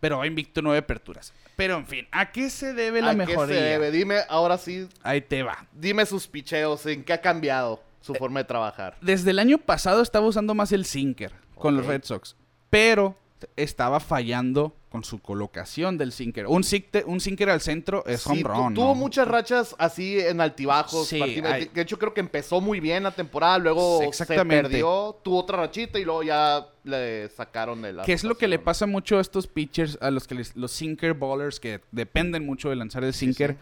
pero va invicto nueve aperturas. Pero en fin, ¿a qué se debe la
¿A qué
mejoría?
se debe? Dime, ahora sí,
Ahí te va.
dime sus picheos, ¿en qué ha cambiado
Eh,
su forma de trabajar?
Desde el año pasado estaba usando más el sinker con los
Ok.
Red Sox, pero estaba fallando con su colocación del sinker. Un, sinkte- un sinker al centro es home
Sí, tu-
run.
tuvo
¿no?
muchas rachas así en altibajos.
Sí,
Martín.
ay.
De hecho, creo que empezó muy bien la temporada, luego
Sí,
se
exactamente.
perdió, tuvo otra rachita y luego ya le sacaron de la.
¿Qué es lo que le
rotación.
pasa mucho a estos pitchers, a los que les- los sinker ballers que dependen mucho de lanzar el sinker?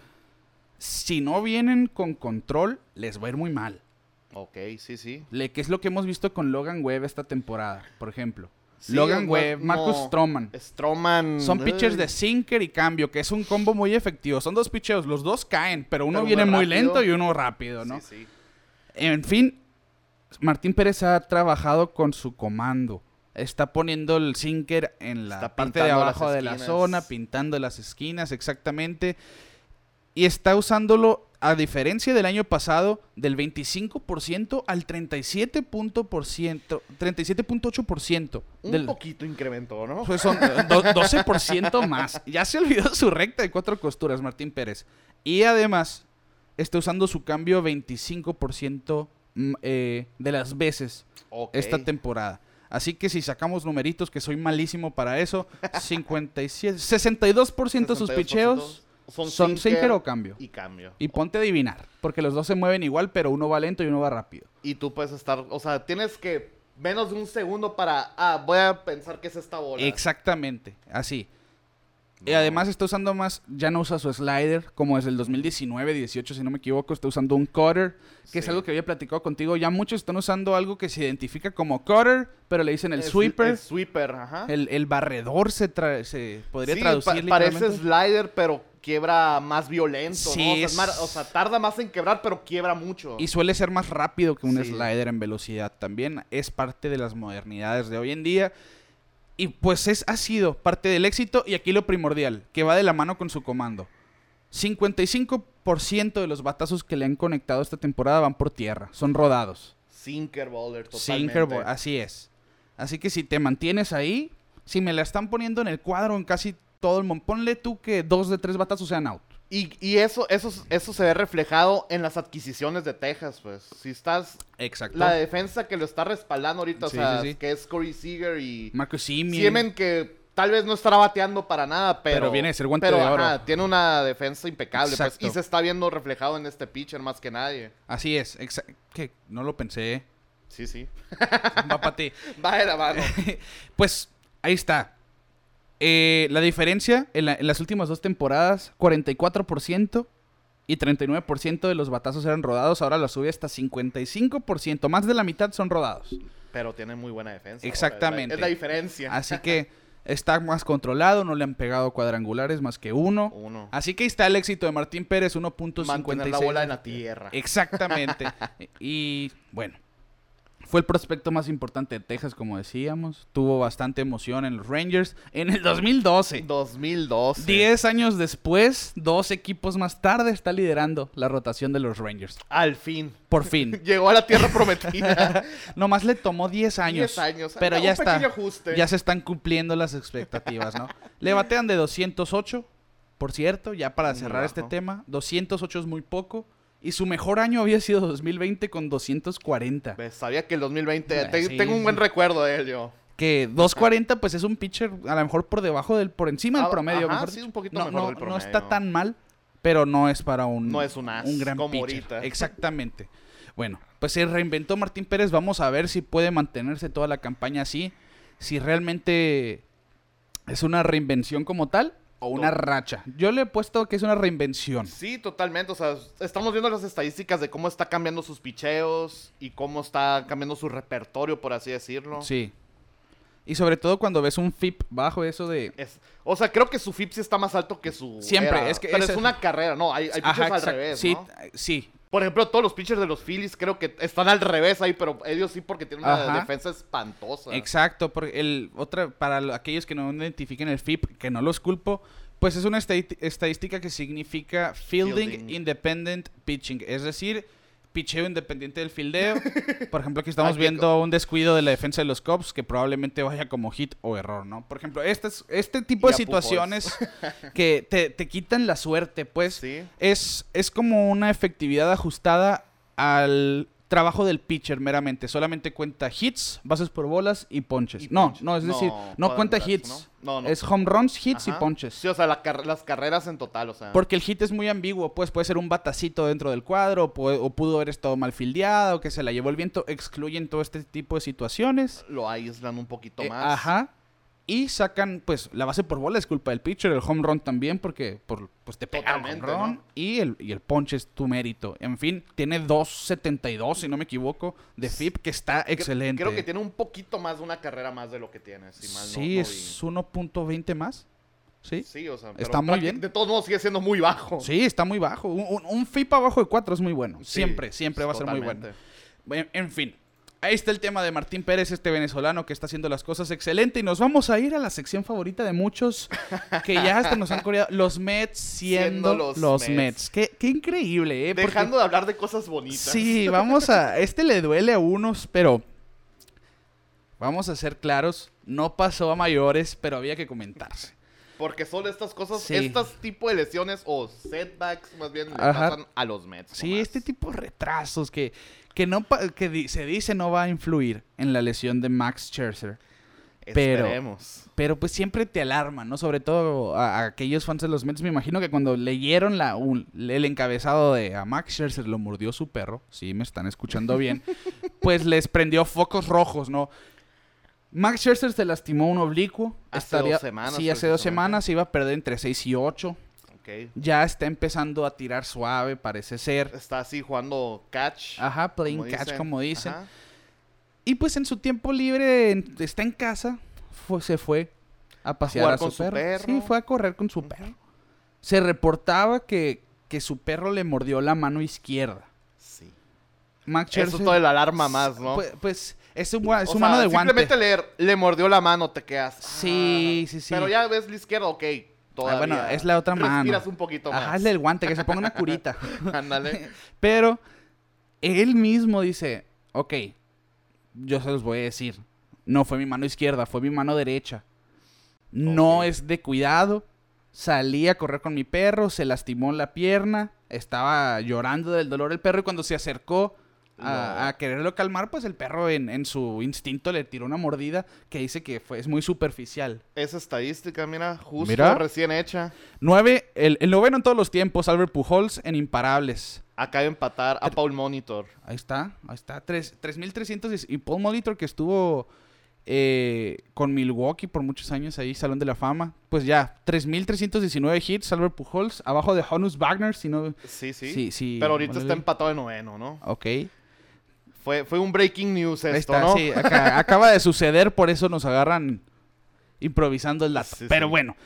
Si no vienen con control, les va a ir muy mal.
Ok, sí, sí.
Le, que es lo que hemos visto con Logan Webb esta temporada, por ejemplo.
Sí,
Logan
no-
Webb, Marcus
no.
Stroman.
Stroman.
Son pitchers de
ay,
sinker y cambio, que es un combo muy efectivo. Son dos picheos, los dos caen, pero uno
Pero uno
viene muy
rápido.
lento y uno rápido, ¿no?
Sí, sí.
En fin, Martín Pérez ha trabajado con su comando. Está poniendo el sinker en la
Está
parte de
pintando
abajo
las
de la
esquinas.
zona, pintando las esquinas, exactamente. Y está usándolo, a diferencia del año pasado, del 25% al 37.8% 37.8%.
Un
del-
poquito incrementó, ¿no?
pues son do- 12% más. Ya se olvidó su recta de cuatro costuras, Martín Pérez. Y además, está usando su cambio 25% m- eh, de las veces
Ok.
esta temporada. Así que si sacamos numeritos, que soy malísimo para eso, 57, 62% de sus
62%
picheos son, sinker o cambio.
Y cambio.
Y ponte a adivinar, porque los dos se mueven igual, pero uno va lento y uno va rápido.
Y tú puedes estar, o sea, tienes que menos de un segundo para, ah, voy a pensar que es esta bola.
Exactamente, así. Y
No.
además está usando más, ya no usa su slider, como desde el 2019, 18, si no me equivoco, está usando un cutter, que es
Sí.
algo que había platicado contigo. Ya muchos están usando algo que se identifica como cutter, pero le dicen el
Es-
sweeper.
El sweeper, ajá.
El, el barredor se, tra- se podría
Sí,
traducir
pa- parece
literalmente.
slider, pero quiebra más violento,
Sí,
¿no? O sea, es
es-
mar- o sea, tarda más en quebrar, pero quiebra mucho.
Y suele ser más rápido que un
Sí.
slider en velocidad también. Es parte de las modernidades de hoy en día. Y pues es, ha sido parte del éxito. Y aquí lo primordial, que va de la mano con su comando. 55% de los batazos que le han conectado esta temporada van por tierra. Son rodados.
Sinker bowler, totalmente.
Sinker, bo- así es. Así que si te mantienes ahí, si me la están poniendo en el cuadro en casi todo el mundo, ponle tú que dos de tres batazos sean out.
Y, y eso, eso, eso se ve reflejado en las adquisiciones de Texas, pues. Si estás...
Exacto.
La defensa que lo está respaldando ahorita,
Sí,
o sea,
sí, sí.
que es Corey Seager y...
Marcus Simeon.
Siemen que tal vez no estará bateando para nada, pero...
Pero viene de ser guante
pero,
de oro.
ajá, tiene una defensa impecable, pues,
Exacto.
Y se está viendo reflejado en este pitcher más que nadie.
Así es. exa- que no lo pensé.
Sí, sí. (laughs)
Va pa' ti.
Va de
(laughs)
la mano.
Pues ahí está. Eh, la diferencia en, la- en las últimas dos temporadas, 44% y 39% de los batazos eran rodados. Ahora la sube hasta 55%. Más de la mitad son rodados.
Pero tiene muy buena defensa.
Exactamente.
ahora, Es la, es la diferencia.
Así que está más controlado. No le han pegado cuadrangulares más que uno.
Uno.
Así que ahí está el éxito de Martín Pérez,
Mantener
1.56.
la bola en la tierra. (laughs)
Exactamente. y bueno, fue el prospecto más importante de Texas, como decíamos. Tuvo bastante emoción en los Rangers en el 2012.
2012.
Diez años después, dos equipos más tarde, está liderando la rotación de los Rangers.
Al fin. (laughs)
Por fin.
Llegó a la tierra
(laughs)
prometida.
Nomás le tomó 10 años.
10 años.
Pero
Un
ya
pequeño
está.
ajuste.
Ya se están cumpliendo las expectativas, ¿no? le batean de 208, por cierto, ya para
Muy
cerrar este
bajo.
tema. 208 es muy poco. Y su mejor año había sido 2020 con 240.
Ves, Sabía que el 2020.
Bueno,
te-
sí,
tengo un
sí.
buen recuerdo de él, yo.
Que 240 pues es un pitcher a lo mejor por debajo del, por encima del
Ah,
promedio.
ajá,
mejor
sí,
dicho.
un poquito
no,
mejor
no-
del
No está
promedio.
tan mal, pero no es para un,
No es un as,
gran
como
pitcher.
ahorita.
Exactamente. Bueno, pues se reinventó Martín Pérez. Vamos a ver si puede mantenerse toda la campaña así. Si realmente es una reinvención como tal o una
No.
racha. Yo le he puesto que es una reinvención.
Sí, totalmente. O sea, estamos viendo las estadísticas de cómo está cambiando sus picheos y cómo está cambiando su repertorio, por así decirlo.
Sí. Y sobre todo cuando ves un FIP bajo eso de...
Es- o sea, creo que su FIP sí está más alto que su.
Siempre,
era.
es que
Pero
ese-
es una carrera, no. Hay, hay
Ajá,
pitchers al
exact-
revés.
sí,
¿no?
t- sí,
Por ejemplo, todos los pitchers de los Phillies creo que están al revés ahí, pero ellos sí porque tienen una
Ajá.
defensa espantosa.
Exacto, porque el otra para lo- aquellos que no identifiquen el FIP, que no los culpo, pues es una estadi- estadística que significa fielding,
Fielding.
independent pitching, es decir, picheo independiente del
(laughs)
fildeo. Por ejemplo, aquí estamos
Aquí
viendo un descuido de la defensa de los Cubs que probablemente vaya como hit o error, ¿no? Por ejemplo, este, este tipo
Y
de
a Pujols. (laughs)
situaciones que te, te quitan la suerte, pues,
Sí.
es, es como una efectividad ajustada al trabajo del pitcher meramente. Solamente cuenta hits, bases por bolas y ponches.
Y
no,
ponches.
no, es
No,
decir, no cuenta
cuadrangulares,
hits.
¿no? No, no.
Es home runs, hits y
Ajá.
ponches.
Sí, o sea, la car- las carreras en total, o sea.
Porque el hit es muy ambiguo, pues puede ser un batacito dentro del cuadro, o, pu- o pudo haber estado mal fildeada, o que se la llevó el viento, excluyen todo este tipo de situaciones.
Lo aíslan un poquito
Eh,
más.
ajá. Y sacan, pues, la base por bola es culpa del pitcher, el home run también, porque por, pues te pega el home
Totalmente,
run.
¿no?
Y, el, y el punch es tu mérito. En fin, tiene 2.72, si no me equivoco, de FIP, que está
Cre-
excelente.
Creo que tiene un poquito más de una carrera más de lo que tiene. Si mal no-
Sí,
no
es 1.20 más. Sí.
vi. Sí, o sea.
Está muy
prácti-
bien.
De todos modos sigue siendo muy bajo.
Sí, está muy bajo. Un, un- un FIP abajo de 4 es muy bueno. siempre,
Sí,
siempre va a ser muy bueno.
totalmente.
En, en fin, ahí está el tema de Martín Pérez, este venezolano que está haciendo las cosas excelente. Y nos vamos a ir a la sección favorita de muchos que ya hasta nos han coreado. Los Mets siendo,
Siendo los
los, Mets.
Mets.
Qué, qué increíble, ¿eh? Porque-
Dejando de hablar de cosas bonitas.
Sí, vamos a. Este le duele a unos, pero. Vamos a ser claros. No pasó a mayores, pero había que
(laughs)
comentarse.
Porque solo estas cosas,
Sí.
estas tipo de lesiones o setbacks más bien le
Ajá.
pasan a los Mets.
Sí,
nomás.
este tipo de retrasos que, que, no, pa- que di- se dice no va a influir en la lesión de Max Scherzer. pero-
Esperemos.
Pero pues siempre te alarma, ¿no? Sobre todo a, a aquellos fans de los Mets. Me imagino que cuando leyeron la, un- el encabezado de a Max Scherzer lo mordió su perro, sí, me están escuchando
(laughs)
bien, pues les prendió focos rojos, ¿no? Max Scherzer se lastimó un oblicuo.
Hace dos semanas,
Sí, hace dos
precisamente.
semanas. Iba a perder entre 6 y 8.
Ok.
Ya está empezando a tirar suave, parece ser.
Está así jugando catch.
Ajá,
como
playing catch,
dicen.
como dicen.
Ajá.
Y pues en su tiempo libre en- está en casa, fue- se fue a pasear
Jugar
a su,
con su
perro.
perro.
Sí, fue a correr con su perro. Se reportaba que, que su perro le mordió la mano izquierda.
Sí.
Max
Eso
Scherzer-
todo el alarma más, ¿no?
Pues, pues, es su, gua-
O
su
sea,
mano de guante.
Simplemente leer, le mordió la mano, te quedas.
Sí,
ah.
sí, sí.
Pero ya ves la izquierda, ok. Todavía.
Ah, bueno, es la otra mano.
Respiras un poquito más.
Ajá, es el guante, que se ponga una curita.
(laughs) Ándale.
Pero él mismo dice, ok, yo se los voy a decir. No fue mi mano izquierda, fue mi mano derecha. No
Ok.
es de cuidado. Salí a correr con mi perro, se lastimó la pierna, estaba llorando del dolor el perro y cuando se acercó a,
No.
a quererlo calmar, pues el perro en, en su instinto le tiró una mordida que dice que fue, es muy superficial.
Esa estadística, mira, justo
Mira.
recién hecha.
Nueve, el, el noveno en todos los tiempos, Albert Pujols en Imparables.
Acaba de empatar a Paul Monitor.
Ahí está, ahí está. tres- 3.300 y y Paul Molitor que estuvo eh, con Milwaukee por muchos años ahí, Salón de la Fama. Pues ya, 3.319 hits, Albert Pujols, abajo de Honus Wagner, si no...
Sí, sí.
Sí, sí,
Pero ahorita
órale.
está empatado de noveno, ¿no?
Ok. Ahí
Fue, fue un breaking news esto,
está,
¿no?
sí, acá- acaba de suceder, por eso nos agarran improvisando el dato.
Sí,
Pero
sí.
bueno,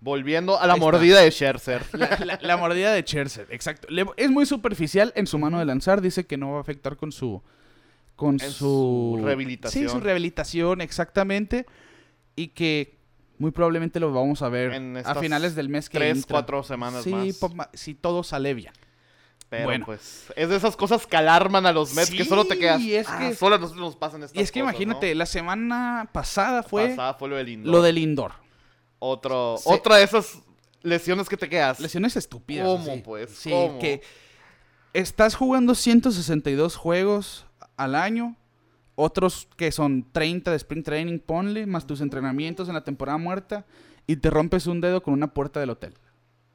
Volviendo a la
Ahí está.
mordida de Scherzer.
(laughs) la, la- la mordida de Scherzer, exacto. Le- es muy superficial en su mano de lanzar, dice que no va a afectar con su... Con su...
En su
Sí, su
rehabilitación.
rehabilitación, exactamente. Y que muy probablemente lo vamos a ver
En
a
estas
finales del mes que
Tres,
entra.
cuatro semanas
sí,
más.
po- ma- si todo sale bien.
Pero
bueno.
pues, es de esas cosas que alarman a los Mets que solo te
Sí,
quedas.
y es
"Ah,
que-
solo a nosotros nos pasan estas
Y es que
cosas", ¿no?
imagínate, la semana pasada fue
Pasada fue lo del Lindor.
lo del indoor.
Otro,
Se-
Otra de esas lesiones que te quedas.
Lesiones estúpidas.
¿Cómo,
así.
pues?
Sí,
¿Cómo?
que estás jugando 162 juegos al año, otros que son 30 de sprint training, ponle, más tus entrenamientos en la temporada muerta, y te rompes un dedo con una puerta del hotel.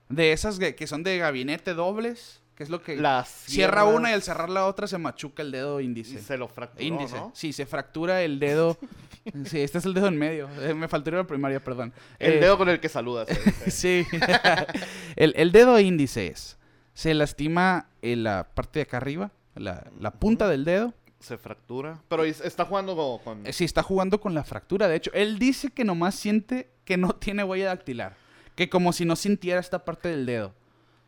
De esas que, que son de gabinete dobles, que es lo que
Las
cierra
cierras
una y al cerrar la otra se machuca el dedo
y
índice.
se lo fracturó,
Índice.
¿no?
Sí, se fractura el
(laughs)
dedo. sí, este es el dedo en medio. Eh, me faltó ir a la primaria, perdón.
El
Eh,
dedo con el que saludas. se dice.
Sí. (laughs) el, el dedo índice es. Se lastima en la parte de acá arriba, la, la punta del dedo.
se fractura.
(laughs)
Pero es- está jugando como con...
Eh, Sí, está jugando con la fractura. De hecho, él dice que nomás siente que no (laughs) tiene huella dactilar. Que como si no sintiera esta parte del dedo.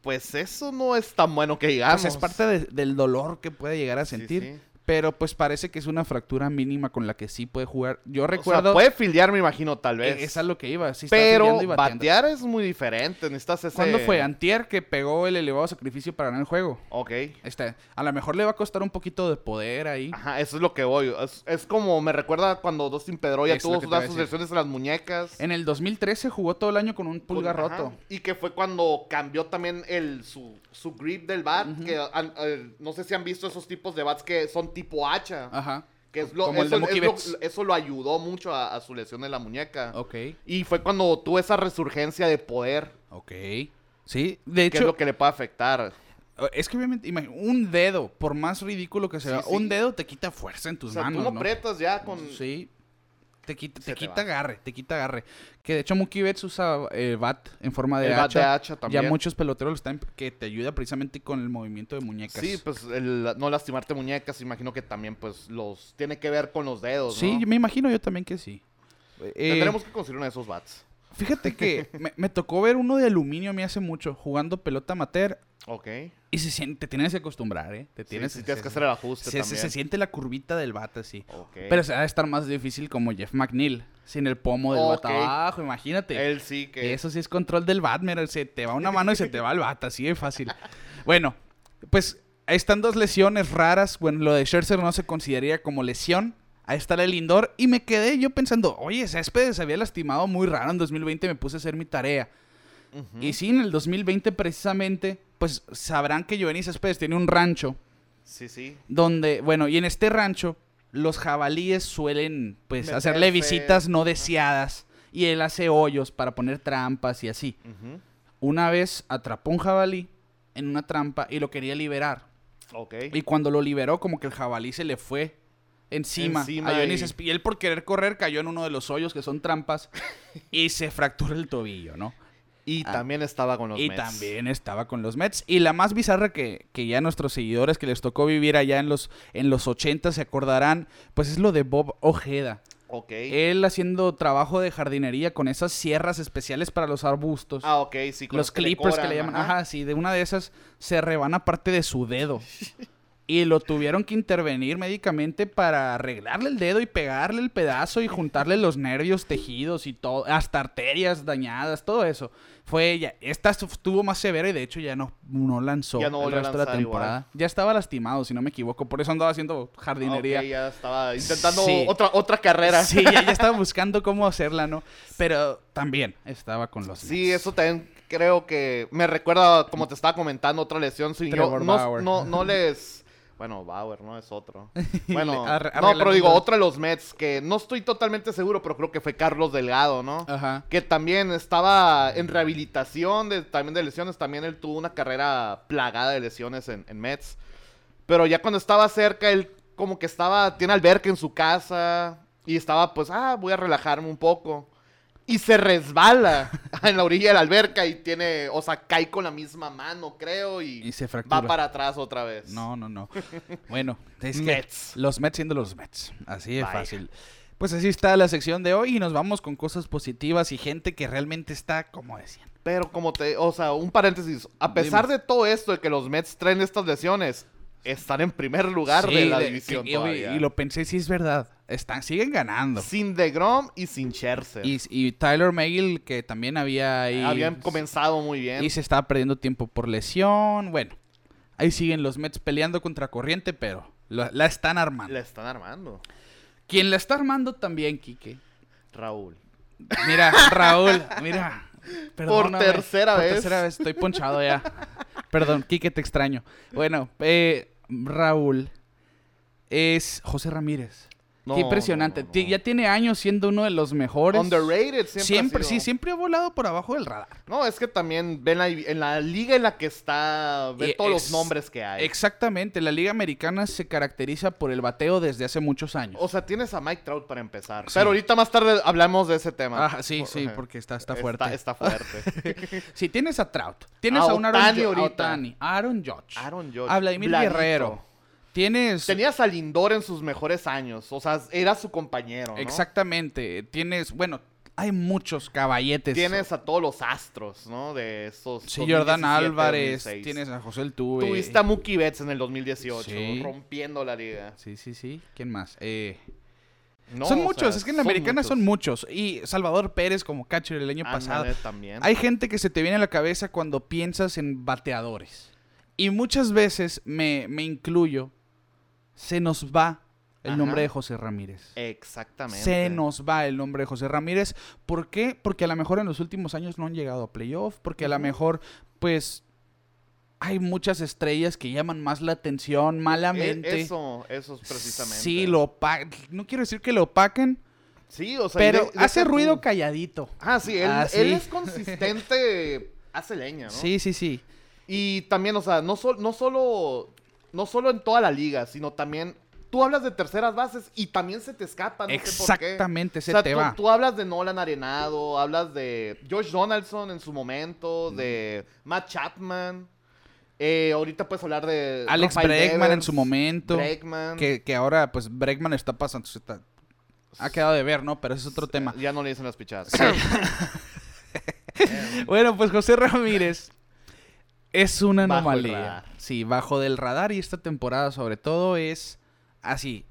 Pues eso no es tan bueno que digamos.
Pues es parte de- del dolor que puede llegar a sentir.
sí.
Pero pues parece que es una fractura mínima con la que sí puede jugar. Yo
O sea,
recuerdo.
puede filiar, me imagino, tal vez.
Eh, es a lo que iba. sí estaba
pero
peleando y bateando.
batear es muy diferente. Necesitas ese...
¿Cuándo fue? Antier que pegó el elevado sacrificio para ganar el juego.
Ok.
Este, a lo mejor le va a costar un poquito de poder ahí.
Ajá, eso es lo que voy. Es, es como me recuerda cuando Dustin Pedroia
Es lo
tuvo
que te
sus-
iba a
sus
decir.
lesiones en las muñecas.
En el 2013 jugó todo el año con un pulgar
Ajá,
roto.
Y que fue cuando cambió también el, su, su grip del bat. que han- eh, no sé si han visto esos tipos de bats que son tipo hacha.
Ajá.
Que es lo,
Ah, Como el
eso,
de Mookie
es lo-
Betts.
eso lo ayudó mucho a, a su lesión en la muñeca.
Ok.
Y fue cuando tuvo esa resurgencia de poder,
Ok. Sí, de
que es lo
hecho, pues, eh,
que le puede afectar.
es que, obviamente, imagina- un dedo, por más ridículo que sea,
Sí, sí.
un dedo te quita fuerza en
O
tus
sea,
manos.
tú lo
¿no?
aprietas ya con...
Sí. Te quita, te
Se te
quita
va.
agarre, te quita agarre. Que de hecho Mookie Betts usa eh, bat en forma de
El bat
hacha.
de hacha también.
Ya muchos peloteros lo están que te ayuda precisamente con el movimiento de muñecas.
Sí, pues el no lastimarte muñecas, imagino que también pues los tiene que ver con los dedos,
Sí,
¿no?
yo me imagino yo también que sí. Eh,
Tendremos que conseguir uno de esos bats.
Fíjate
(laughs)
que me, me tocó ver uno de aluminio me hace mucho jugando pelota amateur
Ok.
y se siente, te tienes que acostumbrar, ¿eh? Te tienes,
Tienes, sí, tienes
se-
que hacer el ajuste
se, se-
también.
se siente la curvita del bate así.
Ok.
Pero se va a estar más difícil como Jeff McNeil sin el pomo del bate
Ok.
abajo, imagínate.
Él sí que...
Eso sí es control del bat, mira, se te va una mano y se te va el bat, así de
(laughs)
fácil. Bueno, pues ahí están dos lesiones raras. Bueno, lo de Scherzer no se consideraría como lesión. Ahí está el Lindor. Y me quedé yo pensando, oye, Céspedes se había lastimado muy raro en 2020, me puse a hacer mi tarea.
Ujú.
Y sí, en el 2020 precisamente, pues sabrán que Giovanni Céspedes tiene un rancho
Sí, sí.
donde, bueno, y en este rancho los jabalíes suelen, pues,
Meterse.
hacerle visitas no deseadas. Y él hace hoyos para poner trampas y así.
Ujú.
Una vez atrapó un jabalí en una trampa y lo quería liberar.
Ok.
Y cuando lo liberó, como que el jabalí se le fue encima.
Encima
a Johnny
y-
Cesp- y... él por querer correr cayó en uno de los hoyos que son
(laughs)
trampas y se fracturó el tobillo, ¿no?
Y
Ah.
también estaba con los
y
Mets.
también estaba con los Mets. Y la más bizarra que, que ya nuestros seguidores que les tocó vivir allá en los, en los 80 se acordarán, pues es lo de Bob Ojeda.
Ok.
Él haciendo trabajo de jardinería con esas sierras especiales para los arbustos.
ah, ok, sí. con
los clippers que
decoran,
le llaman. Ajá. sí, de una de esas se rebana parte de su
(laughs)
dedo. Y lo tuvieron que intervenir médicamente para arreglarle el dedo y pegarle el pedazo y juntarle los nervios, tejidos y todo, hasta arterias dañadas, todo eso. Fue ella. Esta estuvo más severa y de hecho ya no, no lanzó
Ya no
el
volvió a
resto de la
lanzar igual.
temporada. Ya estaba lastimado, si no me equivoco. Por eso andaba haciendo jardinería.
Ah, ok, ya estaba intentando
Sí.
otra, otra carrera.
Sí, ya, ya estaba buscando cómo hacerla, ¿no? Pero también estaba con los
Sí,
Mets.
eso también creo que me recuerda, como te estaba comentando, otra lesión. Sí, yo
Trevor
no,
Bauer. (laughs)
No, no les... Bueno, Bauer, ¿no? Es otro. Bueno,
Le- arre-
no, pero digo,
arreglando.
otro de los Mets, que no estoy totalmente seguro, pero creo que fue Carlos Delgado, ¿no?
Ajá.
Que también estaba en rehabilitación, de, también de lesiones. También él tuvo una carrera plagada de lesiones en, en Mets. Pero ya cuando estaba cerca, él como que estaba, tiene alberca en su casa. Y estaba pues, ah, voy a relajarme un poco. Y se resbala (laughs) en la orilla de la alberca y tiene, o sea, cae con la misma mano, creo. Y,
Y se
va
fractura.
para atrás otra vez.
No, no,
(laughs)
no. Bueno, es que
Mets.
los Mets siendo los Mets. Así de
Vaya.
fácil. Pues así está la sección de hoy y nos vamos con cosas positivas y gente que realmente está, como decían.
Pero como te, o sea, un paréntesis, a pesar de todo esto de que los Mets traen estas lesiones, están en primer lugar de
Sí,
la
de-
división
que- y-
todavía.
Y, lo pensé, sí es verdad. Están, siguen ganando.
Sin DeGrom y sin Scherzer.
Y, y Tyler Magill, que también había ahí.
Habían comenzado muy bien.
Y se estaba perdiendo tiempo por lesión. Bueno, ahí siguen los Mets peleando contra corriente, pero la, la están armando.
La están armando.
Quien la está armando también, Quique,
Raúl.
Mira, Raúl, mira. perdóname,
tercera
por
vez.
tercera vez, estoy ponchado ya. Perdón, Quique, te extraño. Bueno, eh, Raúl es José Ramírez.
No,
Qué impresionante.
no, no,
Ti-
no.
Ya tiene años siendo uno de los mejores.
Underrated siempre. ha
Siempre, sí,
sido.
siempre ha volado por abajo del radar.
No, es que también ven la, en la liga en la que está, ve
Y
todos
ex-
los nombres que hay.
Exactamente, la Liga Americana se caracteriza por el bateo desde hace muchos años.
O sea, tienes a Mike Trout para empezar.
Sí.
Pero ahorita más tarde hablamos de ese tema.
Ah, sí, sí, porque está, está fuerte.
Está, fuerte.
(laughs) Si tienes a Trout, tienes
A
a, un Aaron
Ohtani
Jo- a
Ah, ahorita.
Ohtani, a Aaron Judge,
Aaron Judge,
a Ah, Vladimir
Vladito.
Guerrero, tienes
Tenías a Lindor en sus mejores años. O sea, era su compañero. ¿no?
Exactamente. Tienes, bueno, hay muchos caballetes.
Tienes a todos los astros, ¿no? De esos.
Sí, Jordan
2017,
Álvarez,
2006.
tienes a José Tuve.
Tuviste a Mookie Betts en el 2018,
Sí.
rompiendo la liga.
Sí, sí, sí. ¿Quién más? Eh,
No,
son
o
muchos,
sea,
es que en la americana
muchos.
son muchos. Y Salvador Pérez como catcher el año pasado.
Ándale, también.
Hay gente que se te viene a la cabeza cuando piensas en bateadores. Y muchas veces, me, me incluyo, se nos va el
Ajá.
nombre de José Ramírez.
Exactamente.
Se nos va el nombre de José Ramírez. ¿Por qué? Porque a lo mejor en los últimos años no han llegado a playoff, porque a lo mejor, pues, hay muchas estrellas que llaman más la atención
E-
malamente.
Eso, eso es precisamente.
Sí, lo opa- No quiero decir que lo opaquen,
Sí, o sea,
pero
y de-
hace
deja tú-
ruido calladito.
Ah, sí, él,
Ah, sí.
él es consistente, (laughs) hace leña, ¿no?
Sí, sí, sí.
Y también, o sea, no, sol- no solo no solo en toda la liga, sino también tú hablas de terceras bases y también se te escapa, no sé por qué.
Exactamente, se
o sea,
te
tú,
va.
tú hablas de Nolan Arenado, hablas de Josh Donaldson en su momento, de Matt Chapman. eh, ahorita puedes hablar de
Alex
Rafael
Bregman en
Devers,
su momento,
Bregman.
Que, que ahora, pues, Bregman está pasando. se está- ha quedado de ver, ¿no? Pero ese es otro tema.
Ya no le dicen las pichadas.
Bueno, pues José Ramírez es una
Bajo el
anomalía.
radar.
Sí, bajo del radar y esta temporada sobre todo es así.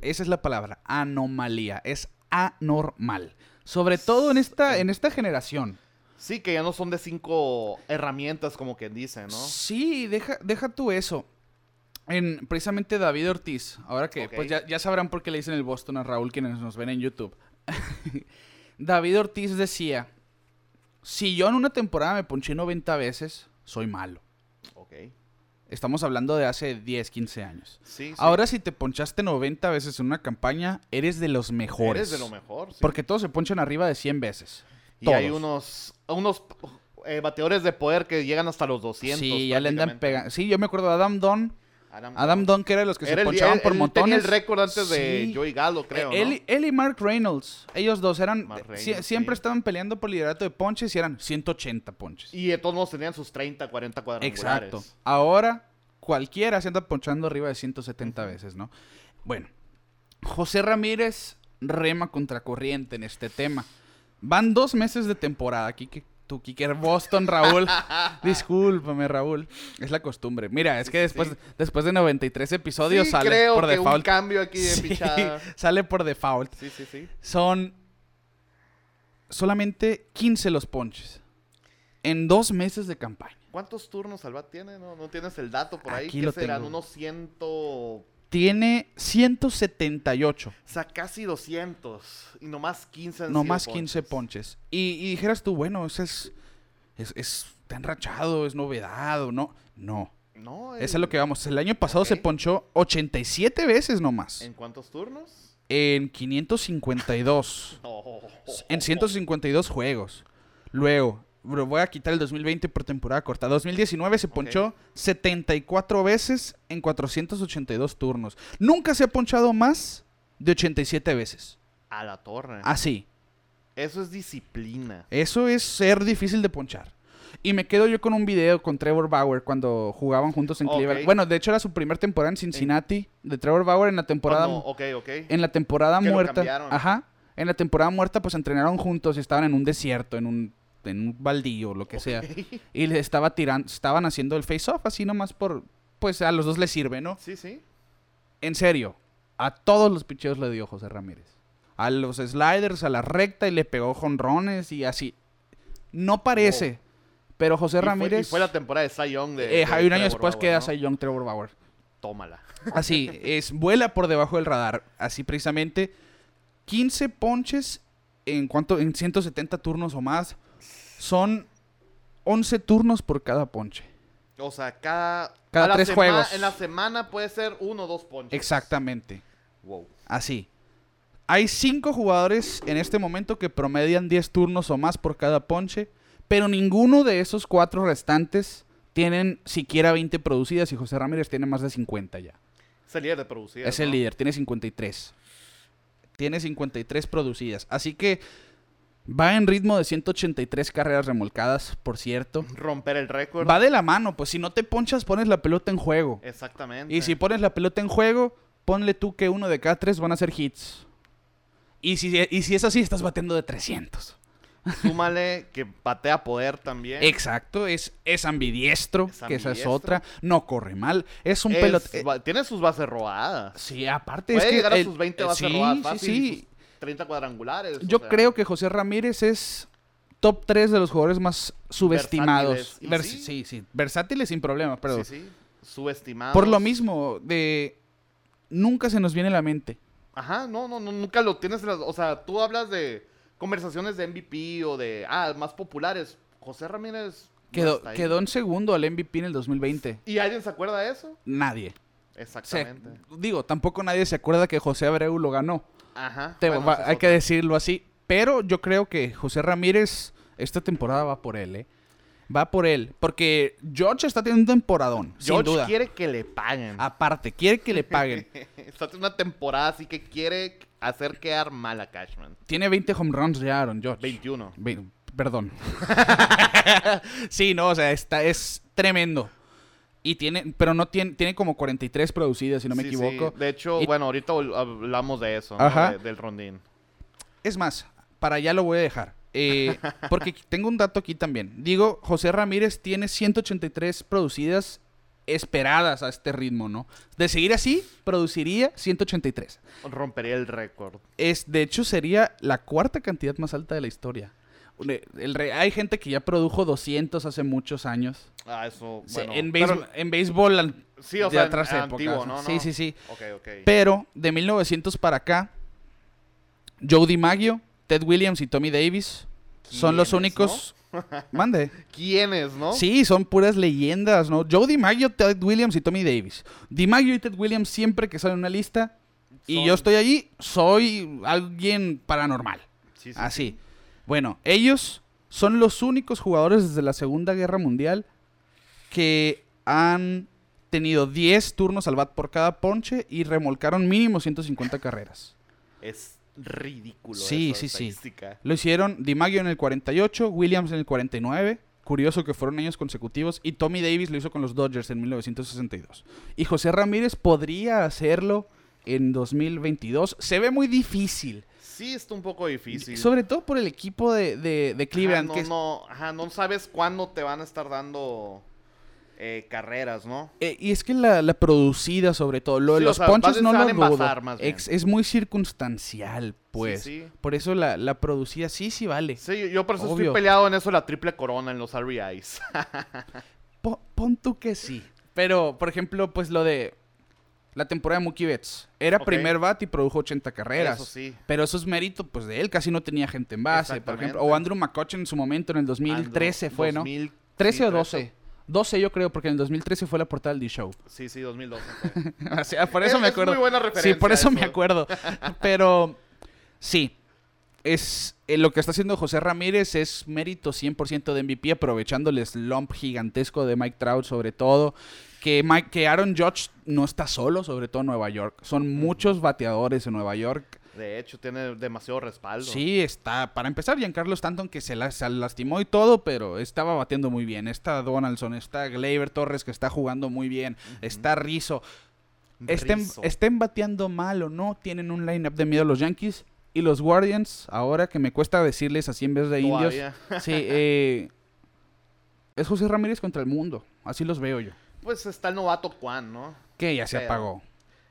Esa es la palabra, anomalía. Es anormal. Sobre todo en esta, en esta generación.
Sí, que ya no son de cinco herramientas, como quien dice, ¿no?
Sí, deja, deja tú eso. En, precisamente David Ortiz, ahora que
Ok.
pues ya, ya sabrán por qué le dicen el Boston a Raúl quienes nos ven en YouTube. (laughs) David Ortiz decía, si yo en una temporada me ponché 90 veces, soy malo.
Ok.
Estamos hablando de hace 10, 15 años.
Sí, sí.
Ahora si te ponchaste 90 veces en una campaña, eres de los mejores.
Eres de lo mejor. sí.
Porque todos se ponchan arriba de 100 veces.
Y hay
Todos.
unos, unos eh, bateadores de poder que llegan hasta los 200.
Sí, ya le andan
prácticamente.
pegando. Sí, yo me acuerdo de Adam Don.
Adam,
Adam Don, que era de los que
Era
se
el-
ponchaban
él-
por
él
montones.
Tenía el récord antes de
Sí.
Joey Gallo, creo. ¿no?
Eh, Él, él y Mark Reynolds, ellos dos eran.
Mark
sie-
Reynolds,
siempre
sí.
estaban peleando por liderato de ponches y eran 180 ponches.
Y de todos modos tenían sus 30, 40 cuadrangulares.
Exacto. Ahora, cualquiera se anda ponchando arriba de 170 veces, ¿no? Bueno, José Ramírez rema contracorriente en este tema. Van dos meses de temporada, Kike. Tu Kicker Boston, Raúl.
(laughs)
Discúlpame, Raúl. Es la costumbre. Mira, es que después,
sí.
después de 93 episodios
sí,
sale
creo
por
que un
default.
cambio aquí de
(laughs) Sí,
pichada.
sale por default.
Sí, sí, sí.
Son solamente 15 los ponches. En dos meses de campaña.
¿Cuántos turnos al bat tiene? No, no tienes el dato por ahí.
Aquí
¿Qué
lo
serán?
tengo.
Unos 100... O
Tiene 178.
sea, casi 200. Y nomás 15 han
No
sido
más 15 ponches. Y, y dijeras tú, bueno, ese es, es, es está enrachado, es novedad, o no. No.
No,
Eso
el-
es lo que vamos. El año pasado se
Ok.
ponchó 87 veces nomás.
¿En
En,
cuántos turnos?
552.
No. (laughs)
en 152 juegos. Luego, bro, voy a quitar el 2020 por temporada corta. 2019 se ponchó 74 veces en 482 turnos. Nunca se ha ponchado más de 87 veces.
A la torre.
Así.
Eso es disciplina.
Eso es ser difícil de ponchar. Y me quedo yo con un video con Trevor Bauer cuando jugaban juntos en
Ok.
Cleveland. Bueno, de hecho era su primer temporada en Cincinnati de Trevor Bauer en la temporada
Oh, no, ok, ok.
en la temporada
Que lo
muerta.
cambiaron.
Ajá. En la temporada muerta, pues entrenaron juntos y estaban en un desierto, en un, en un baldío, lo que sea. Y les estaba tirando, estaban haciendo el face-off así nomás por. Pues a los dos les sirve, ¿no?
Sí, sí.
En serio, a todos los picheos le dio José Ramírez. A los sliders, a la recta y le pegó jonrones y así. No parece, pero José
Y fue-
Ramírez.
Y fue, la temporada de Cy Young de.
eh,
de
hay un año
Trevor
después
Bauer,
queda
¿no?
Cy Young Trevor Bauer.
Tómala. (laughs)
Así, es, vuela por debajo del radar. Así precisamente, 15 ponches en cuanto en 170 turnos o más. Son 11 turnos por cada ponche.
O sea, cada.
Cada
a la
tres
sema-
juegos.
En la semana puede ser uno o dos ponches.
Exactamente,
Wow.
así. Hay 5 jugadores en este momento que promedian 10 turnos o más por cada ponche, pero ninguno de esos 4 restantes tienen siquiera 20 producidas y José Ramírez tiene más de 50 ya.
Es el líder de producir.
Es el líder, tiene 53. Tiene 53 producidas. Así que va en ritmo de 183 carreras remolcadas, por cierto.
Romper el récord.
Va de la mano, pues si no te ponchas, pones la pelota en juego.
Exactamente.
Y si pones la pelota en juego, ponle tú que uno de cada tres van a ser hits. Y si, y si es así, estás batiendo de 300.
Súmale que patea poder también.
Exacto, es, es ambidiestro,
Es
que esa es
ambidiestro.
otra. No corre mal. Es un
Es-
pelote.
va- Tiene sus bases robadas.
Sí, aparte
Puede
es que
llegar a
el-
sus 20
eh,
bases
sí,
robadas
sí,
fácil.
sí.
y sus 30 cuadrangulares. o
Yo
sea,
creo que José Ramírez es top 3 de los jugadores más subestimados.
Versátiles. Y
Vers-
sí.
sí, sí, versátiles sin problemas, pero
Sí, sí. Subestimado.
por lo mismo de nunca se nos viene a la mente.
Ajá, no, no, no, nunca lo tienes. en las- o sea, tú hablas de conversaciones de MVP o de. Ah, más populares. José Ramírez. no
Quedó,
está ahí.
quedó en segundo al MVP en el 2020.
¿Y alguien se acuerda de eso?
Nadie. O sea,
Exactamente.
digo, tampoco nadie se acuerda que José Abreu lo ganó.
Ajá.
Te-
bueno, pues
va-
esa es
hay que
otra.
decirlo así. Pero yo creo que José Ramírez esta temporada va por él, ¿eh? Va por él. Porque George está teniendo un temporadón, sin
George
duda. Ah.
quiere que le paguen.
Aparte, quiere que le paguen.
(laughs) Está en una temporada así que quiere hacer quedar mal a Cashman.
Tiene 20 home runs ya Aaron George.
21.
Ve- Perdón. (laughs) sí, no, o sea, está, es tremendo. Y tiene, pero no tiene, tiene como 43 producidas, si no me
Sí, sí.
equivoco.
De hecho,
Y-
bueno, ahorita vol- hablamos de eso, ¿no?
Ajá.
De- del rondín.
Es más, para allá lo voy a dejar. Eh,
(laughs)
porque tengo un dato aquí también. Digo, José Ramírez tiene 183 producidas esperadas a este ritmo, ¿no? De seguir así, produciría 183.
Rompería el récord.
Es, de hecho, sería la cuarta cantidad más alta de la historia. Le- el re- hay gente que ya produjo 200 hace muchos años.
Ah, eso.
Se-
bueno,
en,
pero-
béisbol, en béisbol an-
sí, o
de
sea, en-
otras épocas.
antiguo, ¿no?
Sí,
¿no?
sí, sí.
Ok, ok.
Pero de 1900 para acá, Joe DiMaggio, Ted Williams y Tommy Davis son los
¿Quiénes,
únicos.
(laughs)
Mande.
¿Quiénes, no?
Sí, son puras leyendas, ¿no? Joe DiMaggio, Ted Williams y Tommy Davis. DiMaggio y Ted Williams siempre que salen en una lista y
Son-
yo estoy allí, soy alguien paranormal.
Sí, sí,
Así. Bueno, ellos son los únicos jugadores desde la Segunda Guerra Mundial que han tenido 10 turnos al bat por cada ponche y remolcaron mínimo 150 carreras.
Es ridículo.
Sí,
esa
sí, sí.
estadística.
Lo hicieron DiMaggio en el 48, Williams en el 49. Curioso que fueron años consecutivos. Y Tommy Davis lo hizo con los Dodgers en 1962. Y José Ramírez podría hacerlo en 2022. Se ve muy difícil.
Sí, está un poco difícil.
Sobre todo por el equipo de, de- de Cleveland. que
Ajá, no,
es-
no, ajá, no sabes cuándo te van a estar dando eh, carreras, ¿no?
eh, y es que la, la producida, sobre todo, lo de
Sí, o
los
sea,
ponches
bases
no
se
lo
van a
dudo.
envasar, más bien.
Ex- es muy circunstancial, pues.
sí.
Por eso la, la producida sí, sí vale.
Sí, yo, yo por eso
Obvio.
estoy peleado en eso, la triple corona en los E (laughs) RBIs.
Po- pon tú que sí. Pero, por ejemplo, pues lo de la temporada de Mookie Betts. Era
Ok.
primer bat y produjo 80 carreras.
Eso sí.
Pero eso es mérito, pues, de él. Casi no tenía gente en base, por ejemplo.
Exactamente.
O Andrew McCutchen en su momento, en el 2013
Andro-
fue,
2000,
¿no? 13
sí,
o 12. 12 yo creo, porque en el 2013 fue la portada del D-Show. (laughs)
Sí, sí, 2012.
o sea, por eso
Es-
me
es muy
acuerdo.
buena referencia
Sí, por eso me
eso.
acuerdo. (laughs) Pero sí, es eh, lo que está haciendo José Ramírez es mérito 100% de MVP, aprovechando el slump gigantesco de Mike Trout sobre todo. Que, Mike, que Aaron Judge no está solo, sobre todo en Nueva York. Son muchos bateadores en Nueva York.
De hecho, tiene demasiado respaldo.
Sí, está. Para empezar, Giancarlo Stanton, que se, la- se lastimó y todo, pero estaba batiendo muy bien. Está Donaldson, está Gleyber Torres, que está jugando muy bien. Está Rizzo. Estén,
Rizzo.
estén bateando mal o no, tienen un lineup de miedo los Yankees y los Guardians. Ahora que me cuesta decirles así en vez de
Todavía.
indios. (laughs) Sí, eh, es José Ramírez contra el mundo. Así los veo yo.
Pues está el novato Juan, ¿no?
Que ya se
Pero,
apagó.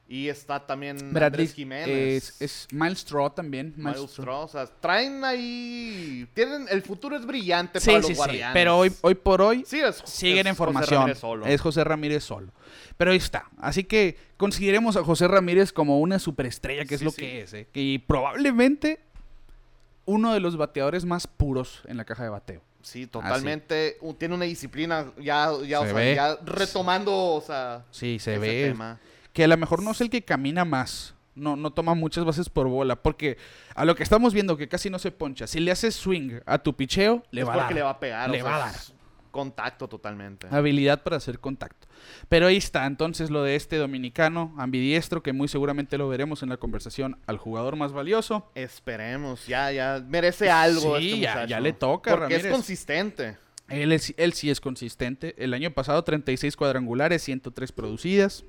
Y está también
Bradley
Andrés Jiménez.
Es, es Miles Straw también. Miles
Miles
Straw.
Straw, o sea, traen ahí. Tienen, el futuro es brillante
Sí,
para
sí,
los
sí.
guardianes.
Pero hoy, hoy por hoy
Sí, es-
siguen
es
en
José
formación.
Ramírez solo.
Es José Ramírez solo. Pero ahí está. Así que consideremos a José Ramírez como una superestrella, que es
Sí,
lo
sí.
que es. ¿eh? Y probablemente uno de los bateadores más puros en la caja de bateo.
Sí, totalmente. Uh, Tiene una disciplina ya, ya, o
Se
sea,
ve.
ya retomando, o sea,
Sí, se
ese
ve.
tema.
Que a lo mejor no es el que camina más. No, no toma muchas bases por bola. Porque a lo que estamos viendo, que casi no se poncha. Si le haces swing a tu picheo, le
es
va a
porque
dar.
le va a pegar.
Le
o
va
sea,
a dar.
es Contacto totalmente.
Habilidad para hacer contacto. Pero ahí está, entonces lo de este dominicano ambidiestro, que muy seguramente lo veremos en la conversación al jugador más valioso.
Esperemos, ya, ya. Merece algo.
Sí,
este
ya-
muchacho.
ya le toca,
Porque es
Ramírez.
consistente.
Él, es- él sí es consistente. El año pasado 36 cuadrangulares, 103 producidas.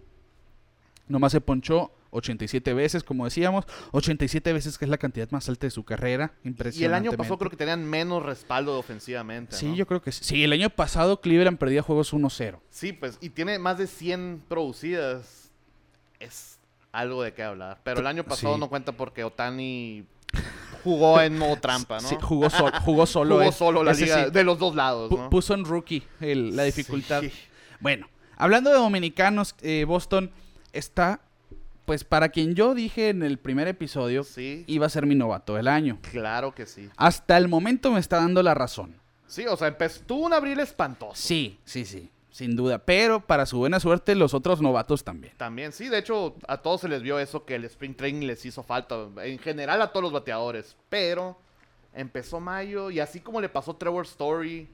Nomás se ponchó 87 veces, como decíamos. 87 veces que es la cantidad más alta de su carrera. Impresionante.
Y el año pasado creo que tenían menos respaldo ofensivamente.
Sí,
¿no?
yo creo que sí. Sí, el año pasado Cleveland perdía juegos 1-0.
Sí, pues, y tiene más de 100 producidas. Es algo de qué hablar. Pero el año pasado
sí.
no cuenta porque Otani jugó
(laughs)
en modo trampa, ¿no?
Sí, jugó, sol-
(laughs)
jugó solo.
Jugó
él.
solo la
Ese
liga,
sí.
de los dos lados,
Pu-
¿no?
Puso en rookie el- la dificultad.
Sí.
Bueno, hablando de dominicanos, eh, Boston está, pues para quien yo dije en el primer episodio,
Sí,
iba a ser mi novato del año.
claro que sí.
Hasta el momento me está dando la razón.
Sí, o sea, empezó, tuvo un abril espantoso.
Sí, sí, sí, sin duda. Pero para su buena suerte, los otros novatos también.
También, sí, de hecho, a todos se les vio eso que el sprint training les hizo falta. En general, a todos los bateadores. Pero empezó mayo y así como le pasó a Trevor Story,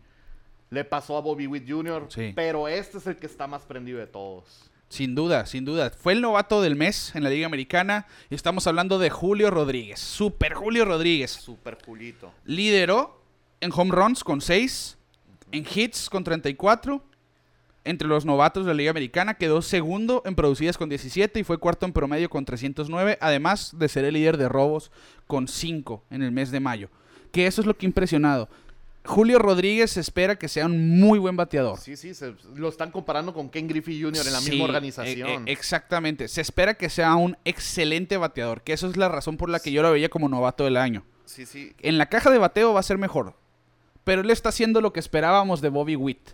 le pasó a Bobby Witt Jr.
Sí.
Pero este es el que está más prendido de todos.
Sin duda, sin duda. Fue el novato del mes en la Liga Americana y estamos hablando de Julio Rodríguez. Super Julio Rodríguez.
Super Julito.
Lideró en home runs con 6, en hits con 34. Entre los novatos de la Liga Americana quedó segundo en producidas con 17 y fue cuarto en promedio con 309, además de ser el líder de robos con 5 en el mes de mayo. Que eso es lo que ha impresionado. Julio Rodríguez se espera que sea un muy buen bateador.
Sí, sí, se- lo están comparando con Ken Griffey Jr. en la
Oh. Sí,
misma
e-
organización.
e- exactamente. Se espera que sea un excelente bateador, que eso es la razón por la que yo lo veía como novato del año
sí, sí.
en la caja de bateo va a ser mejor. Pero él está haciendo lo que esperábamos de Bobby Witt.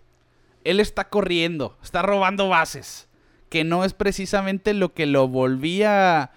Él está corriendo, está robando bases. Que no es precisamente lo que lo volvía.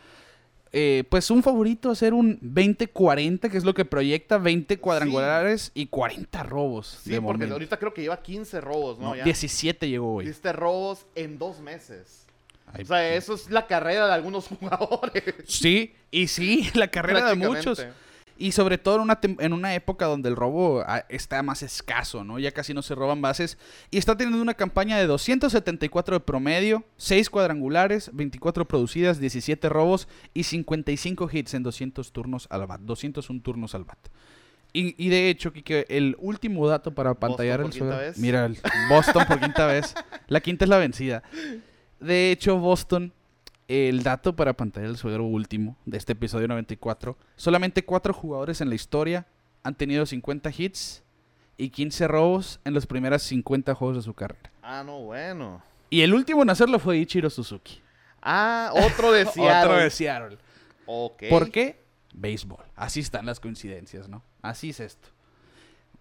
eh, pues un favorito a ser un 20-40, que es lo que proyecta 20 cuadrangulares y 40 robos.
Sí,
de
porque
momento.
ahorita creo que lleva 15 robos, ¿no?
No,
Ya.
17 llegó hoy.
15 robos en dos meses.
Ay,
O sea, eso es la carrera de algunos (laughs) jugadores.
Sí, y sí, (laughs) la carrera de muchos.
prácticamente.
Y sobre todo en una, tem- en una época donde el robo ah, está más escaso, ¿no? Ya casi no se roban bases. Y está teniendo una campaña de 274 de promedio, 6 cuadrangulares, 24 producidas, 17 robos y 55 hits en 200 turnos al bat. 201 turnos al bat. Y, y de hecho, Kike, el último dato para pantallar
por
el
quinta
sobre-
vez.
Mira, el Boston por quinta vez. La quinta es la vencida. De hecho, Boston el dato para pantalla del suegro último de este episodio 94. Solamente cuatro jugadores en la historia han tenido 50 hits y 15 robos en los primeros 50 juegos de su carrera.
Ah, no, bueno.
Y el último en hacerlo fue Ichiro Suzuki.
Ah,
(laughs)
otro de Seattle.
Otro de Seattle.
Ok.
¿Por qué? Béisbol. Así están las coincidencias, ¿no? Así es esto.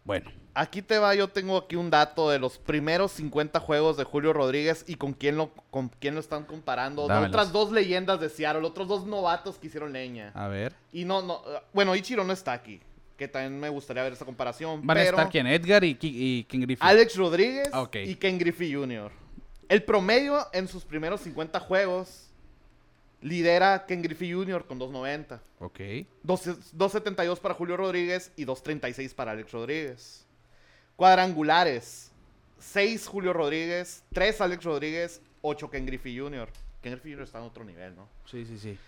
Bueno,
Aquí te va, yo tengo aquí un dato de los primeros 50 juegos de Julio Rodríguez y con quién lo, con quién lo están comparando.
Dámelos.
Otras dos leyendas de Seattle, otros dos novatos que hicieron leña.
a ver.
Y no, no, eh, bueno, Ichiro no está aquí, que también me gustaría ver esa comparación.
Van a
pero
estar quién? Edgar y, Ki- y King Griffin.
Alex Rodríguez
Ah, ok.
y Ken Griffey Jr. El promedio en sus primeros 50 juegos lidera a Ken Griffey Jr. con 290.
Ok.
2 2.72 para Julio Rodríguez y 2.36 para Alex Rodríguez. Cuadrangulares. 6 Julio Rodríguez, 3 Alex Rodríguez, 8 Ken Griffey Jr. Ken Griffey Jr. está en otro nivel, ¿no?
Sí, sí, sí.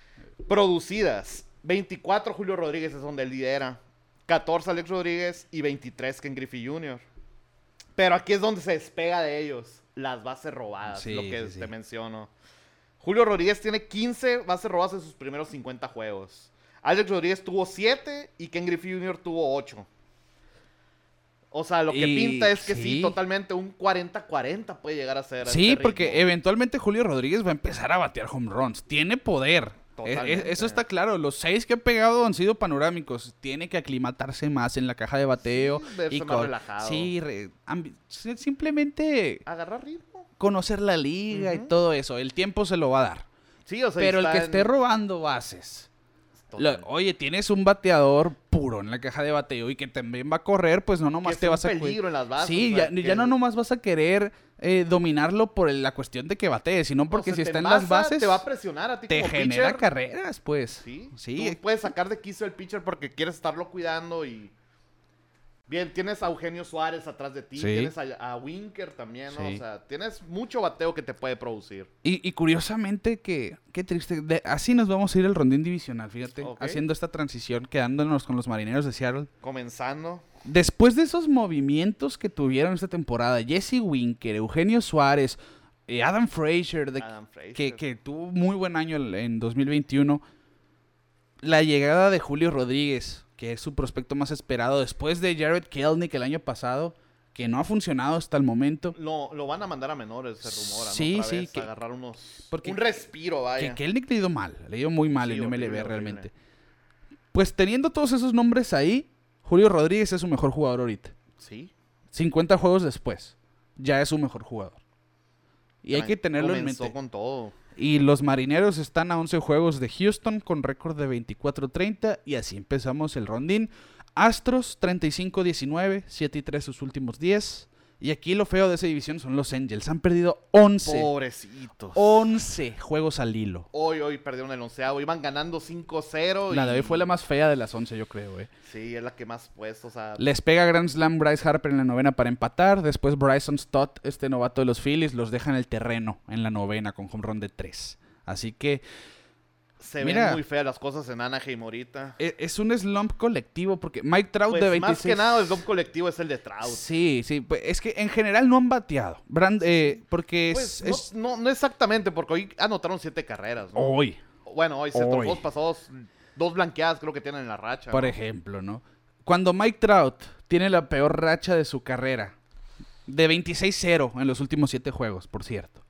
Producidas. 24 Julio Rodríguez es donde él lidera. 14 Alex Rodríguez y 23 Ken Griffey Jr. Pero aquí es donde se despega de ellos. Las bases robadas,
Sí,
lo que
sí,
te
sí.
menciono. Julio Rodríguez tiene 15 bases robadas en sus primeros 50 juegos. Alex Rodríguez tuvo 7 y Ken Griffey Jr. tuvo 8. O sea, lo que
Y-
pinta es que sí,
sí.
totalmente un 40-40 puede llegar a ser. a
Sí,
este
porque
ritmo.
eventualmente Julio Rodríguez va a empezar a batear home runs. Tiene poder. E-
Totalmente.
e- eso está claro. Los seis que ha pegado han sido panorámicos. Tiene que aclimatarse más en la caja de bateo.
Sí, verse
y
más relajado.
Sí, re- ambi- si- simplemente
Agarrar ritmo.
conocer la liga y
Ujú.
todo eso. El tiempo se lo va a dar.
Sí, o sea,
Pero el
está
que
en-
esté robando bases. lo-
Totalmente.
oye, tienes un bateador puro en la caja de bateo y que también va a correr, pues no nomás
es
te
un
vas a... cuid-
peligro en las bases,
Sí,
o
ya,
sea,
ya
que-
no nomás vas a querer eh, dominarlo por el- la cuestión de que batee, sino porque
O
si
sea, te
está en las
envasa,
bases,
Te va a presionar a ti
te
como
genera
pitcher.
carreras, pues.
Sí.
Sí,
Tú puedes sacar de quiso el pitcher porque quieres estarlo cuidando y. Bien, tienes a Eugenio Suárez atrás de ti,
Sí.
tienes a, a Winker también, ¿no?
Sí.
O sea, tienes mucho bateo que te puede producir.
Y, y curiosamente que, qué triste, de- así nos vamos a ir al rondín divisional, fíjate,
Ok.
haciendo esta transición, quedándonos con los marineros de Seattle.
Comenzando.
Después de esos movimientos que tuvieron esta temporada, Jesse Winker, Eugenio Suárez, eh, Adam Frazier, de-
Adam Frazier.
que, que tuvo muy buen año el- en 2021. La llegada de Julio Rodríguez, que es su prospecto más esperado después de Jared Kelnick el año pasado, que no ha funcionado hasta el momento.
Lo, lo van a mandar a menores, se rumora. ¿no?
Sí,
Otra
sí,
vez,
que-
agarrar unos.
porque-
un respiro,
Que
vaya.
Kelnick le dio mal, le dio muy mal
Sí,
en MLB
horrible, horrible.
realmente. Pues teniendo todos esos nombres ahí, Julio Rodríguez es su mejor jugador ahorita.
Sí.
50 juegos después, ya es su mejor jugador. Y hay que
Tran-
tenerlo en
comenzó
mente.
con todo.
Y los marineros están a 11 juegos de Houston con récord de 24-30. Y así empezamos el rondín. Astros 35-19, 7 y 3 sus últimos 10. Y aquí lo feo de esa división son los Angels. Han perdido 11.
Pobrecitos.
11 juegos al hilo.
Hoy, hoy perdieron el onceavo. Iban ganando 5-0.
La de
y-
hoy fue la más fea de las 11, yo creo. eh.
Sí, es la que más pues, o sea.
Les pega Grand Slam Bryce Harper en la novena para empatar. Después Bryson Stott, este novato de los Phillies, los deja en el terreno en la novena con home run de 3. Así que
Se
Mira.
ven muy feas las cosas en Anaheim ahorita.
e- es un slump colectivo porque Mike Trout
Pues,
de 26...
más que nada, el dom colectivo es el de Trout.
Sí, sí, pues, es que en general no han bateado. Brand- eh, porque es,
Pues, no-
es
no, no, exactamente, porque hoy anotaron siete carreras. ¿no?
hoy,
Bueno, hoy se
Hoy.
dos pasados, dos blanqueadas creo que tienen en la racha.
por
¿no?
ejemplo, ¿no? Cuando Mike Trout tiene la peor racha de su carrera, de 26-0 en los últimos 7 juegos, por cierto.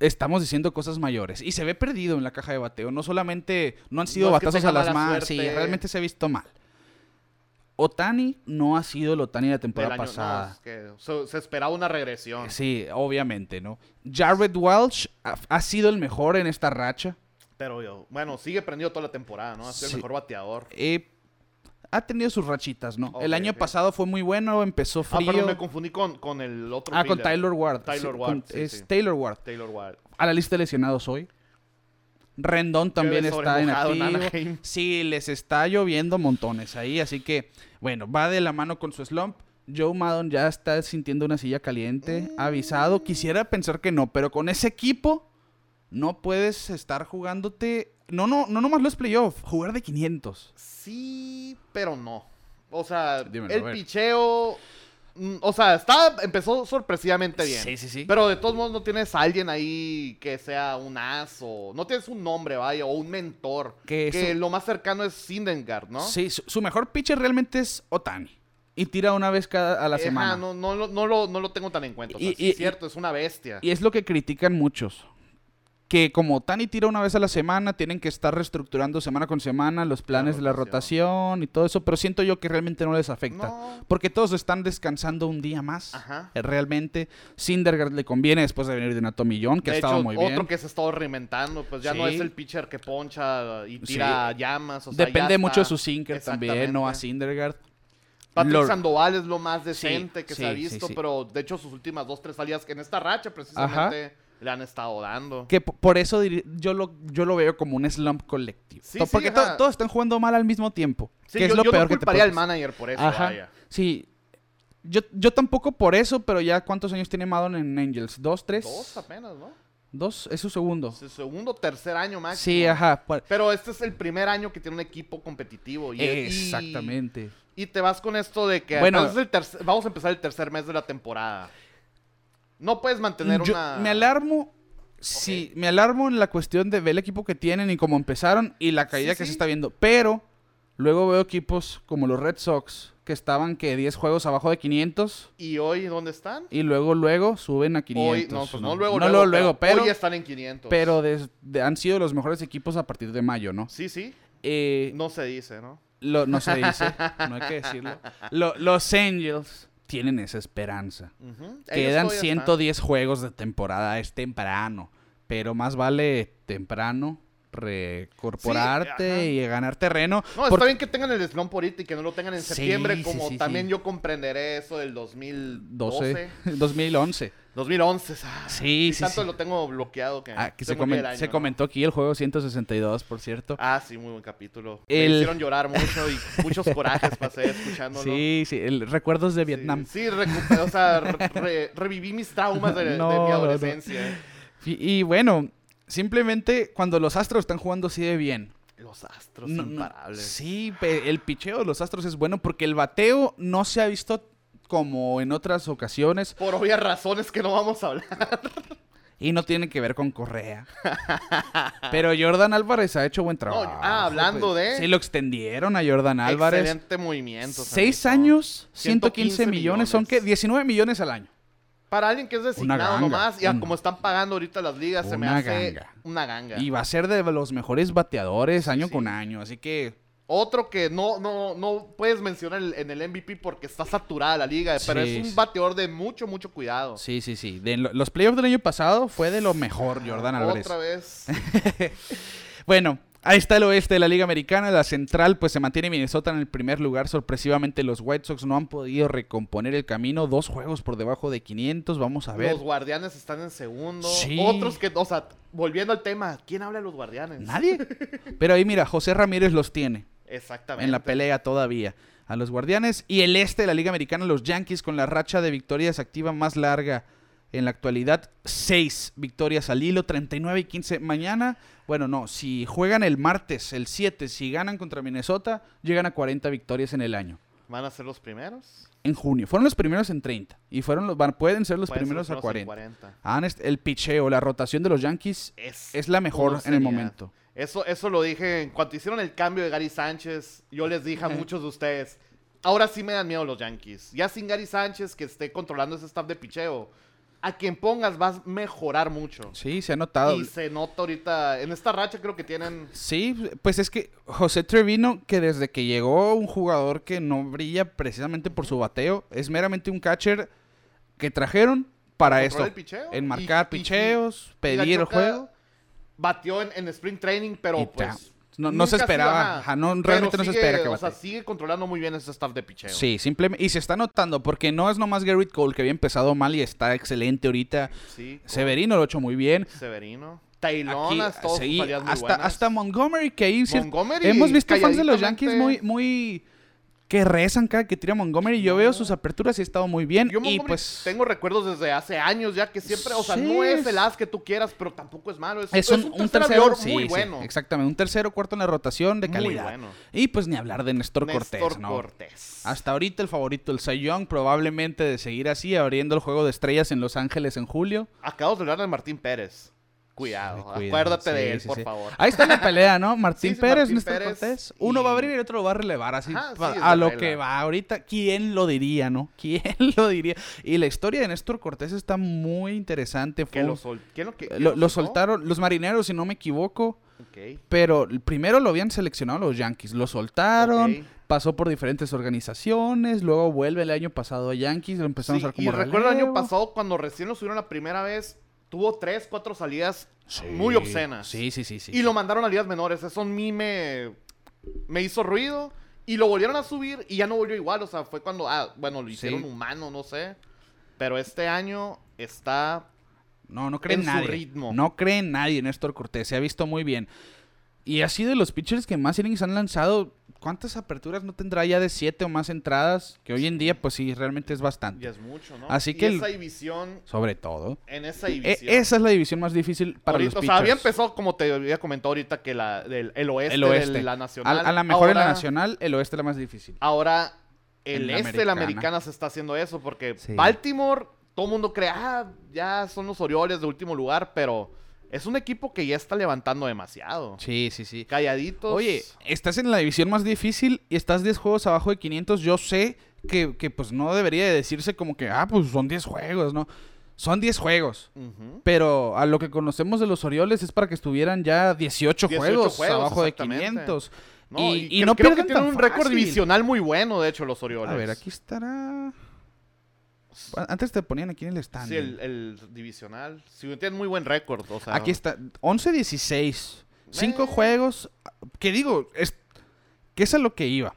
Estamos diciendo cosas mayores. Y se ve perdido en la caja de bateo. No solamente no han sido
No es que
batazos
tenga
a las
mala
manos. Sí,
suerte.
realmente se ha visto mal. Otani no ha sido el Otani de la
Del
temporada
año- no,
pasada.
es que se, se esperaba una regresión.
Sí, obviamente, ¿no? Jared Welch ha, ha sido el mejor en esta racha.
Pero yo- bueno, sigue prendido toda la temporada, ¿no? Ha sido
Sí.
el mejor bateador.
Eh, ha tenido sus rachitas, ¿no? el
Ok,
año
ok.
pasado fue muy bueno, empezó
Ah,
frío.
perdón, me confundí con, con el otro.
Ah, con
fielder,
Tyler Ward.
Tyler
Sí,
Ward,
con-
sí,
es
sí.
Taylor Ward.
Taylor Ward.
A la lista de lesionados hoy. Rendón también
ves
está en
sobremojado en
activo.
Anaheim.
Sí, les está lloviendo montones ahí, así que, bueno, va de la mano con su slump. Joe Maddon ya está sintiendo una silla caliente, avisado. Quisiera pensar que no, pero con ese equipo no puedes estar jugándote. No, no, no nomás los playoffs, jugar de 500.
Sí, pero no. O sea,
Dímelo, a
el
ver.
picheo. mm, O sea, está, empezó sorpresivamente bien.
Sí, sí, sí.
Pero de todos modos no tienes a alguien ahí que sea un as o no tienes un nombre, vaya, o un mentor.
Que
Que,
eso-
lo más cercano es Sindengard, ¿no?
Sí, su, su mejor pitcher realmente es Otani. Y tira una vez cada a la
Ajá,
semana.
no, no, lo- no lo, no lo tengo tan en cuenta. O sea,
Y-
sí
y-
es cierto, es una bestia.
Y es lo que critican muchos. Que como Tani tira una vez a la semana, tienen que estar reestructurando semana con semana los planes de la rotación y todo eso. Pero siento yo que realmente no les afecta.
No.
Porque todos están descansando un día más.
Ajá.
eh, Realmente. Syndergaard le conviene después de venir de una Tommy John, que
de
ha estado
hecho,
muy
otro
bien.
que se ha estado reinventando, pues ya no
Sí.
es el pitcher que poncha y tira llamas. o sea, ya
Depende mucho de
está-
su sinker también, no a
Exactamente.
Syndergaard.
Patrick
Lord.
Sandoval es lo más decente que
sí,
se ha
sí,
visto,
sí.
pero de hecho sus últimas dos, tres salidas que en esta racha precisamente le han estado dando.
Que po- por eso diri- yo lo, yo lo veo como un slump colectivo.
Sí,
To-
sí,
porque to-
ajá.
todos están jugando mal al mismo tiempo.
Sí,
que
yo,
es lo
yo
peor
no
que te
culparía
puede
al manager por eso,
Ajá.
vaya.
Sí. Yo, yo tampoco por eso, pero ya cuántos años tiene Madon en Angels? ¿Dos, tres?
Dos apenas, ¿no?
Dos, es su segundo. Sí,
Su segundo, tercer año máximo.
ajá. por-
Pero este es el primer año que tiene un equipo competitivo. Y,
Exactamente.
Y, y te vas con esto de que
Bueno.
apenas es el tercer- vamos a empezar el tercer mes de la temporada. No puedes mantener
Yo
una...
Me alarmo. Sí, me alarmo en la cuestión de ver el equipo que tienen y cómo empezaron y la caída que se
sí.
está viendo. Pero luego veo equipos como los Red Sox que estaban que 10 juegos abajo de 500
¿Y hoy dónde están?
y luego luego suben a 500.
hoy, no, pues no, luego,
no,
luego,
luego, pero,
Hoy están en 500.
pero des- de- han sido los mejores equipos a partir de mayo, ¿no?
Sí, sí.
Eh,
No se dice, ¿no?
Lo- no se
(laughs)
dice, no hay que decirlo. Lo- los Angels tienen esa esperanza.
Ujú. Ellos
Quedan
todavía están.
110 juegos de temporada, es temprano. Pero más vale temprano recorporarte
Sí,
y ganar terreno.
No, está
porque-
bien que tengan el slump ahorita y que no lo tengan en
Sí,
septiembre,
sí,
como
sí,
también
sí.
yo comprenderé eso del 2012.
12, (laughs) 2011.
2011, ah,
Sí,
y
sí,
tanto
sí.
lo tengo bloqueado que,
Ah, que se,
murió
comen-
el año,
se
¿no?
comentó aquí el juego 162, por cierto.
Ah, sí, muy buen capítulo.
El-
Me hicieron llorar mucho y
(laughs)
muchos corajes pasé escuchándolo.
sí, sí, el- recuerdos de
Sí,
Vietnam.
Sí, recupe- o sea, re- reviví mis traumas de,
(laughs)
de
No, no,
mi
no.
adolescencia. ¿eh?
Y, y bueno, simplemente cuando los Astros están jugando así de bien,
Los astros
No, no,
imparables.
sí, pe- el picheo de los Astros es bueno porque el bateo no se ha visto como en otras ocasiones
Por obvias razones que no vamos a hablar.
y no tiene que ver con
(laughs)
Correa. Pero Jordan Álvarez ha hecho buen trabajo.
ah, hablando
pues.
de-
Sí, lo extendieron a Jordan Álvarez.
Excelente movimiento.
Seis
Samito.
años, 115,
115
millones, son que
millones.
19 millones al año.
Para alguien que es designado
ganga,
nomás, y a
una-
como están pagando ahorita las ligas, se me
una
hace
ganga.
una ganga.
Y va a ser de los mejores bateadores año
Sí.
con año, así que
Otro que no, no, no puedes mencionar en- en el MVP porque está saturada la liga, pero
Sí,
es
sí.
un bateador de mucho, mucho cuidado.
sí, sí, sí. De lo- los playoffs del año pasado fue de lo mejor Jordan Álvarez.
Otra vez.
Bueno, ahí está el oeste de la Liga Americana. La central, pues se mantiene Minnesota en el primer lugar. Sorpresivamente, los White Sox no han podido recomponer el camino. Dos juegos por debajo de 500. Vamos (laughs) a ver.
Los guardianes están en segundo.
Sí.
Otros que, o sea, volviendo al tema, ¿quién habla de los guardianes?
Nadie. Pero ahí, mira, José Ramírez los tiene
Exactamente.
en la pelea todavía. A los Guardianes. Y el este de la Liga Americana, los Yankees, con la racha de victorias activa más larga en la actualidad. Seis victorias al hilo, 39 y 15. Mañana, bueno, no, si juegan el martes, el 7, si ganan contra Minnesota, llegan a 40 victorias en el año.
¿Van a ser los primeros?
en junio. Fueron los primeros en 30 y fueron los, van- pueden ser los
Pueden ser
primeros a
primeros en
40. Han est- el picheo, la rotación de los Yankees
Es,
es la mejor
una
en el
seriedad.
momento.
Eso, eso lo dije en cuanto hicieron el cambio de Gary Sánchez. Yo les dije a muchos de ustedes, ahora sí me dan miedo los Yankees. Ya sin Gary Sánchez que esté controlando ese staff de picheo, a quien pongas vas a mejorar mucho.
Sí, se ha notado.
Y se nota ahorita, en esta racha creo que tienen...
Sí, pues es que José Trevino, que desde que llegó un jugador que no brilla precisamente por su bateo, es meramente un catcher que trajeron para
Controla
esto.
el picheo.
Enmarcar
Y- y- y-
picheos, (laughs) pedir el
Gachoca
juego.
Batió en, en Spring Training,
Y
pero
ta-
pues...
no- no se
nunca
esperaba,
iba a-
ajá, no,
pero
realmente no se
sigue-
espera que
O sea,
batee.
sigue controlando muy bien ese staff de picheo.
Sí, simplemente. Y se está notando, porque no es nomás Garrett Cole, que había empezado mal y está excelente ahorita.
Sí, con
Severino lo ha hecho muy bien.
Severino.
Aquí,
Tailonas, todos sus
sí,
salidas muy
hasta,
buenas.
hasta Montgomery, que ahí cier-
Montgomery,
hemos visto fans de los Yankees muy,
calladitamente.
muy que rezan cada que tira Montgomery. Yo veo sus aperturas y ha estado muy bien.
Yo
y
Montgomery
pues
tengo recuerdos desde hace años ya que siempre, o sea,
Sí,
no es
es-
el as que tú quieras, pero tampoco es malo. Es,
es
es
un, un tercero,
abridor
sí,
muy
sí,
bueno.
exactamente, un tercero cuarto en la rotación de
Muy
calidad.
bueno.
Y pues ni hablar de Néstor,
Néstor
Cortés, ¿no?
Cortés.
Hasta ahorita el favorito, el Cy Young, probablemente de seguir así, abriendo el juego de estrellas en Los Ángeles en julio.
Acabamos de hablar de Martín Pérez. Cuidado,
Cuidado, sí,
acuérdate de él,
sí, Ah,
por
sí.
favor.
Ahí está la pelea, ¿no? Martín
(laughs) Sí, sí,
Pérez,
Martín
Néstor
Pérez
Cortés.
y-
Uno va a abrir y el otro lo va a relevar así.
Ajá, sí,
pa-
es
a
de
lo
regla.
que va ahorita. ¿Quién lo diría, no? (laughs) ¿Quién lo diría? Y la historia de Néstor Cortés está muy interesante.
Que
fue
lo,
un-
sol- ¿quién lo, que-
lo-
quién
lo
soltó?
soltaron los marineros, si no me equivoco.
Ok.
Pero el primero lo habían seleccionado los Yankees. Lo soltaron,
Ok.
pasó por diferentes organizaciones. Luego vuelve el año pasado a Yankees. Lo empezaron
Sí,
a usar como
y recuerdo el año
relevo.
pasado cuando recién lo subieron la primera vez, tuvo tres, cuatro salidas
Sí.
muy obscenas.
Sí, sí, sí. sí
Y lo mandaron a ligas menores. Eso a mí me, me hizo ruido. Y lo volvieron a subir y ya no volvió igual. O sea, fue cuando, ah, bueno, lo hicieron
Sí.
humano, no sé. Pero este año está...
No, no cree en
en su
nadie.
ritmo.
No cree en nadie Néstor Cortés. Se ha visto muy bien. Y ha sido de los pitchers que más innings han lanzado. ¿Cuántas aperturas no tendrá ya de siete o más entradas? Que hoy en día, pues sí, realmente es bastante.
Ya es mucho, ¿no?
Así
Y
que el-
esa división...
Sobre todo.
En esa
E-
división.
esa es la división más difícil para
Ahorita,
los
o sea,
pitchers.
había empezado, como te había comentado ahorita, que la, del, el oeste,
el oeste.
de la nacional.
Al- a, la mejor en la
Ahora-
nacional, el oeste es la más difícil.
Ahora, el
En la
este de la
americana.
americana se está haciendo eso porque
Sí.
Baltimore, todo mundo cree, ah, ya son los Orioles de último lugar, pero es un equipo que ya está levantando demasiado.
Sí, sí, sí.
Calladitos.
Oye, estás en la división más difícil y estás 10 juegos abajo de 500. Yo sé que, que, pues no debería de decirse como que, ah, pues son 10 juegos, ¿no? Son 10 juegos.
Ujú.
Pero a lo que conocemos de los Orioles es para que estuvieran ya 18,
18
juegos,
juegos,
abajo de
exactamente.
500.
No,
y, y
cre-
no
creo
pierden
que
tan
tienen un récord
fácil.
divisional muy bueno, de hecho, los Orioles.
A ver, aquí estará. Antes te ponían aquí en el stand.
Sí, el, el divisional. Sí, tienen muy buen récord. o sea,
eh. Aquí está, 11-16. Cinco
Eh.
juegos. Que digo, es, que es a lo que iba.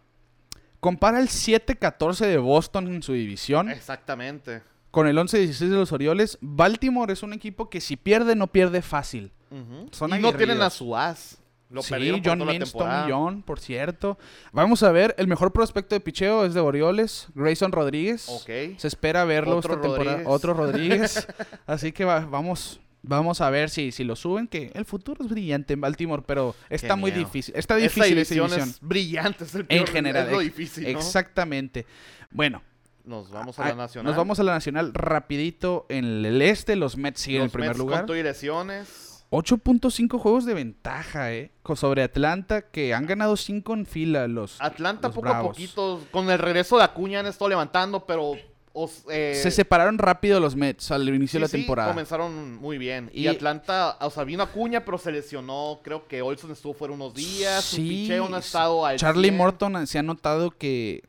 Compara el 7-14 de Boston en su división
Exactamente.
con el 11-16 de los Orioles. Baltimore es un equipo que si pierde, no pierde fácil.
Ujú.
Son
y no tienen
aguerridos.
a su as. Lo
sí,
perdieron por
John
toda la
Means,
temporada.
Tommy John, por cierto. Vamos a ver, el mejor prospecto de picheo es de Orioles, Grayson Rodríguez.
Ok.
Se espera verlo
Otro
esta temporada.
Rodríguez.
Otro
(laughs)
Rodríguez. Así que va- vamos. Vamos a ver si, si lo suben, que el futuro es brillante en Baltimore, pero está muy
miedo.
difícil. Está
Esa
difícil esa
división
división.
es brillante. Es el
En
peor-
general.
Es lo
ex-
difícil, ¿no?
Exactamente. Bueno,
Nos vamos a la
Ah,
nacional.
Nos vamos a la nacional rapidito en el este. Los Mets siguen en
Los
primer
Mets
lugar.
Con todo y lesiones.
8.5 juegos de ventaja, eh, co- sobre Atlanta, que han ganado 5 en fila los
Atlanta
los
poco a
Bravos.
poquito, con el regreso de Acuña han estado levantando, pero... os- eh,
Se separaron rápido los Mets al Pues inicio de la
sí, sí,
temporada.
comenzaron muy bien. Y,
Y-
Atlanta, o sea, vino Acuña, pero se lesionó. Creo que Olson estuvo fuera unos días. Su
Sí,
picheo no ha estado al
Charlie
100.
Morton ah, se ha notado que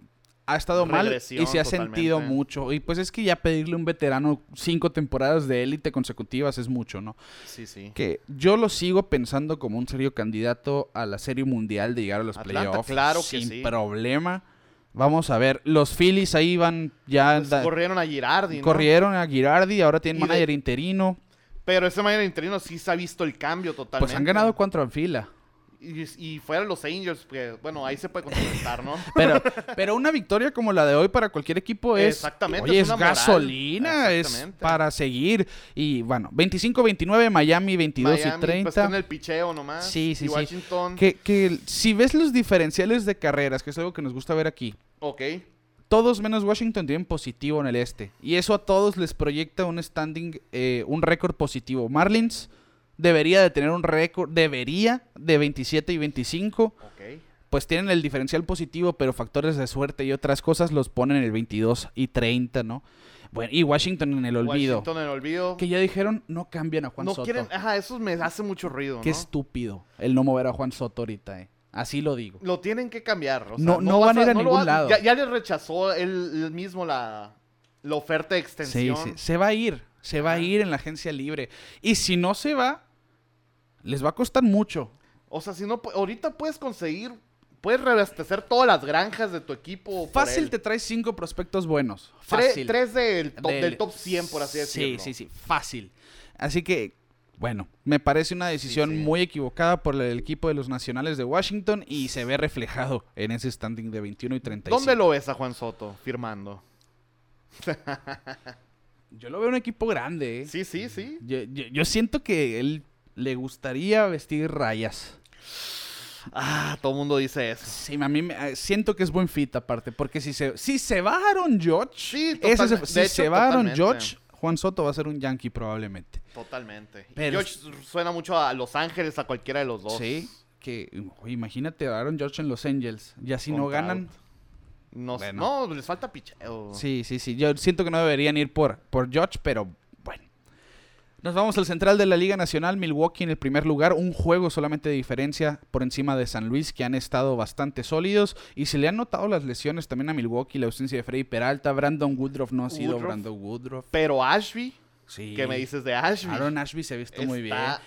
ha estado mal y
Regresión
se ha sentido
totalmente.
mucho. Y pues es que ya pedirle a un veterano cinco temporadas de élite consecutivas es mucho, ¿no?
Sí, sí.
Que yo lo sigo pensando como un serio candidato a la Serie Mundial de llegar a los
Atlanta,
playoffs.
claro que
sin
sí.
problema. Vamos a ver. Los Phillies ahí van ya...
Pues
da-
Corrieron a Girardi, ¿no?
Corrieron a Girardi, ahora tienen
Y de-
manager interino.
Pero ese manera interino sí se ha visto el cambio totalmente.
Pues han ganado cuatro en fila.
Y, y fuera los Angels, que bueno, ahí se puede
(laughs)
contestar, ¿no?
Pero,
(laughs)
pero una victoria como la de hoy para cualquier equipo es,
Exactamente,
oye,
es
es,
una moral.
gasolina, es
Exactamente.
para seguir. Y bueno, 25-29, Miami 22
Miami,
y
pues,
30.
en el picheo nomás.
Sí, sí, sí.
y Washington,
que, que si ves los diferenciales de carreras, que es algo que nos gusta ver aquí,
ok.
todos menos Washington tienen positivo en el este. Y eso a todos les proyecta un standing, eh, un récord positivo. Marlins debería de tener un récord, debería de 27 y 25.
Ok.
Pues tienen el diferencial positivo, pero factores de suerte y otras cosas los ponen en el 22 y 30, ¿no? Bueno, y Washington en el olvido.
Washington en el olvido.
Que ya dijeron, no cambian a Juan
no
Soto.
quieren, ajá, eso me hace mucho ruido,
Qué
¿no?
estúpido el no mover a Juan Soto ahorita, eh. Así lo digo.
Lo tienen que cambiar. o sea,
No- no
vas
van a ir a
no lo
ningún
vas-
lado.
Ya, ya le rechazó él, él mismo la, la oferta de
Sí,
extensión.
sí, se va a ir, se va a ir en la agencia libre. Y si no se va, les va a costar mucho.
O sea, si no, pu- ahorita puedes conseguir, puedes reabastecer todas las granjas de tu equipo. Oh, por
Fácil
él.
te traes cinco prospectos buenos.
Tre-
Fácil.
tres del top, del...
Del-
top 100, por así decirlo.
Sí, sí, sí, fácil. Así que, bueno, me parece una decisión
sí.
muy equivocada por el equipo de los Nacionales de Washington y se ve reflejado en ese standing de 21 y 35.
¿Dónde lo ves a Juan Soto firmando?
Yo lo veo un equipo grande. eh.
Sí, sí, sí.
Yo, yo- yo siento que él le gustaría vestir rayas.
Ah, todo el mundo dice eso.
Sí, a mí me- eh, siento que es buen fit aparte, porque si se, si se va Aaron George,
Sí,
ese se-
totalme-
si
de
se
hecho,
va Aaron
totalmente.
George, Juan Soto va a ser un yankee probablemente.
Totalmente. Y
Pero-
George suena mucho a Los Ángeles, a cualquiera de los dos.
Sí, que oye, imagínate a Aaron George en Los Angels. Y así no
Con
ganan.
Trout. No, sé,
Bueno.
no, les falta picheo.
Sí, sí, sí. Yo siento que no deberían ir por, por George, pero bueno. Nos vamos al central de la Liga Nacional, Milwaukee en el primer lugar, un juego solamente de diferencia por encima de San Luis, que han estado bastante sólidos y se le han notado las lesiones también a Milwaukee, la ausencia de Freddy Peralta, Brandon Woodruff no ha sido
Woodruff.
Brandon Woodruff.
Pero Ashby,
Sí.
¿qué me dices de Ashby?
Aaron Ashby se ha visto muy bien.
Está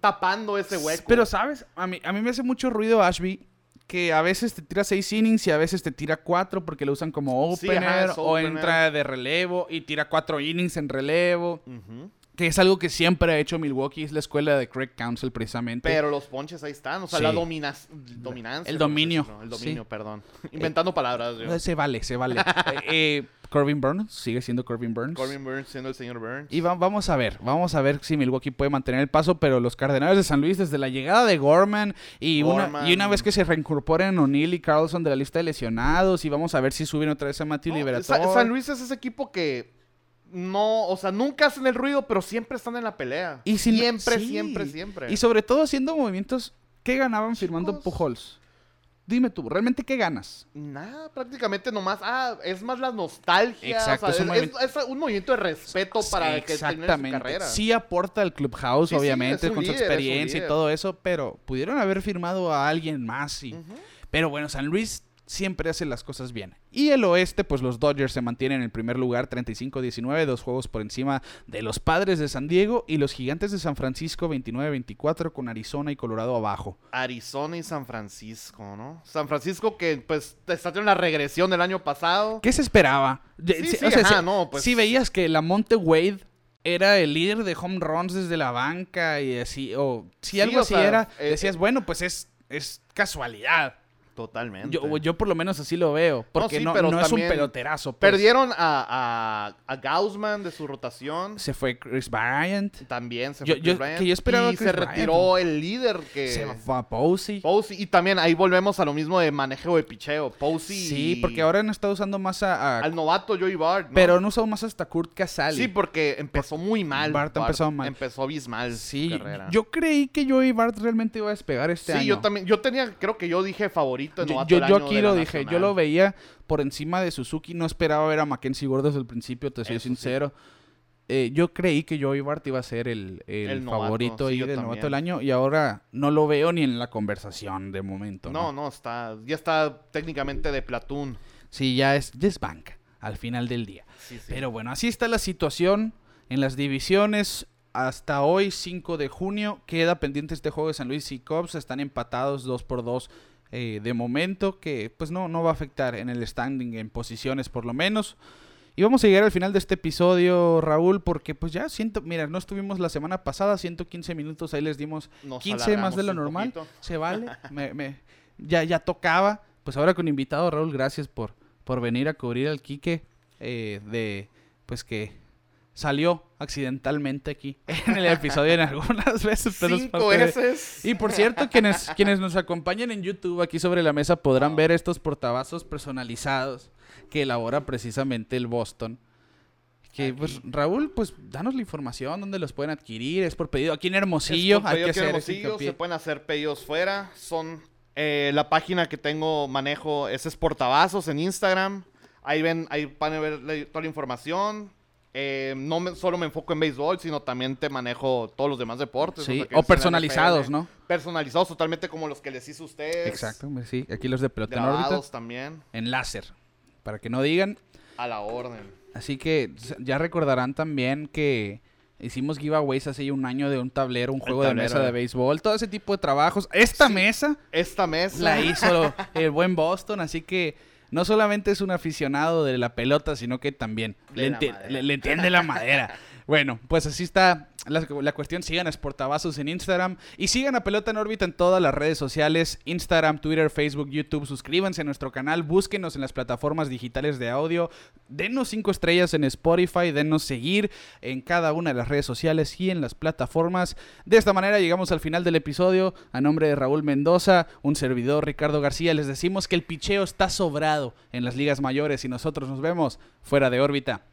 tapando ese hueco.
Pero, ¿sabes? A mí, a mí me hace mucho ruido Ashby, que a veces te tira seis innings y a veces te tira cuatro porque lo usan como
Sí, ajá,
opener
es
o
opener.
entra de relevo y tira cuatro innings en relevo.
Ujú.
Que es algo que siempre ha hecho Milwaukee, es la escuela de Craig Council precisamente.
Pero los ponches ahí están. O sea,
Sí.
la domina- dominancia.
El
¿cómo se
dominio,
dice? No, el dominio,
sí.
perdón.
(laughs)
Inventando palabras. yo.
Eh, se vale, se
(laughs)
vale. Eh, eh, Corbin Burns, sigue siendo Corbin Burns.
Corbin Burns siendo el señor Burns.
Y va- vamos a ver, vamos a ver si Milwaukee puede mantener el paso, pero los Cardenales de San Luis desde la llegada de Gorman y, Una,
Gorman.
y una vez que se reincorporen O'Neill y Carlson de la lista de lesionados y vamos a ver si suben otra vez a Matthew
No,
Liberatore.
Sa- San Luis es ese equipo que no, o sea, nunca hacen el ruido, pero siempre están en la pelea.
Y si no-
siempre,
sí.
siempre, siempre.
Y sobre todo haciendo movimientos que ganaban firmando
Chicos. ah, Pues
pues
pues, pues. eh,
pues
Totalmente.
Yo, pues, yo por lo menos así lo veo. Porque no,
sí,
no,
pero
es un
también
peloterazo. pues.
Perdieron a, a, a Gaussman de su rotación.
Se fue Chris Bryant.
También se
Yo-
fue
yo-
Chris Bryant.
que yo esperaba
Y
a Chris
se
Bryant.
retiró el líder que...
Se fue a Posey.
Posey. Y también ahí volvemos a lo mismo de manejo de picheo. Posey.
Sí,
y-
porque ahora no está usando más a... a-
Al novato Joey Bart. ¿no?
Pero no usó más hasta Kurt Casale.
Sí, pues, porque empezó muy mal.
Bart empezó mal.
Empezó abismal.
Sí,
su carrera.
yo creí que Joey Bart realmente iba a despegar este
sí,
año.
yo también. Yo tenía, creo que yo dije favorito en
Yo,
novato
yo-
del
yo
año
aquí
de la
lo dije, yo
nacional.
lo veía por encima de Suzuki, no esperaba ver a Mackenzie Gore desde el principio, te soy
Eso sí.
sincero. Eh, yo creí que Joey Bart iba a ser el, el
El novato,
favorito
sí,
ahí
yo
del
también.
novato del año y ahora no lo veo ni en la conversación de momento.
No, no, está. Ya está técnicamente de Platón.
Sí, ya es, ya es banca al final del día.
Sí, sí.
Pero bueno, así está la situación en las divisiones. Hasta hoy, 5 de junio, queda pendiente este juego de San Luis y Cubs. Están empatados 2 por 2 eh, de momento, que pues no, no va a afectar en el standing, en posiciones por lo menos. Y vamos a llegar al final de este episodio, Raúl, porque pues ya siento, mira, no estuvimos la semana pasada, 115 minutos, ahí les dimos
Nos
15 más de
alargamos
lo
un
normal.
poquito.
Se vale, me- me- ya, ya tocaba. Pues ahora con invitado, Raúl, gracias por, por venir a cubrir al Quique eh, de, pues que salió accidentalmente aquí (laughs) en el episodio en algunas veces. pero es
Cinco
parte de-
veces.
y por cierto, quienes, quienes nos acompañan en YouTube aquí sobre la mesa podrán ver estos portavasos personalizados que elabora precisamente el Boston. Que pues, Raúl, pues danos la información, dónde los pueden adquirir, es por pedido. Aquí en Hermosillo,
Es
hay que
Coyote
hacer ese
Hermosillo,
hincapié.
se pueden hacer pedidos fuera. Son eh, la página que tengo, manejo, ese es Portavasos en Instagram. Ahí ven, ahí van a ver la- toda la información. Eh, no me- solo me enfoco en béisbol, sino también te manejo todos los demás deportes.
Sí,
sea, que
o
es el
personalizados,
NFL,
¿no?
Personalizados totalmente como los que les hice a ustedes.
Exacto, sí. Aquí los de pelota en órbita.
Pues, Grabados también.
En láser. Para que no digan.
A la orden.
Así que s- ya recordarán también que hicimos giveaways hace ya un año de un tablero, un juego
tablero,
de mesa de
eh.
béisbol, todo ese tipo de trabajos. Esta mesa
Esta mesa.
la hizo
(laughs)
el buen Boston, así que no solamente es un aficionado de la pelota, sino que también
De
le,
la
enti-
madera.
le- le entiende la madera. Bueno, pues así está la, la cuestión. Sigan a Sportavasos en Instagram y sigan a Pelota en órbita en todas las redes sociales, Instagram, Twitter, Facebook, YouTube. Suscríbanse a nuestro canal, búsquenos en las plataformas digitales de audio, denos cinco estrellas en Spotify, denos seguir en cada una de las redes sociales y en las plataformas. De esta manera llegamos al final del episodio. A nombre de Raúl Mendoza, un servidor Ricardo García, les decimos que el picheo está sobrado en las ligas mayores y nosotros nos vemos fuera de órbita.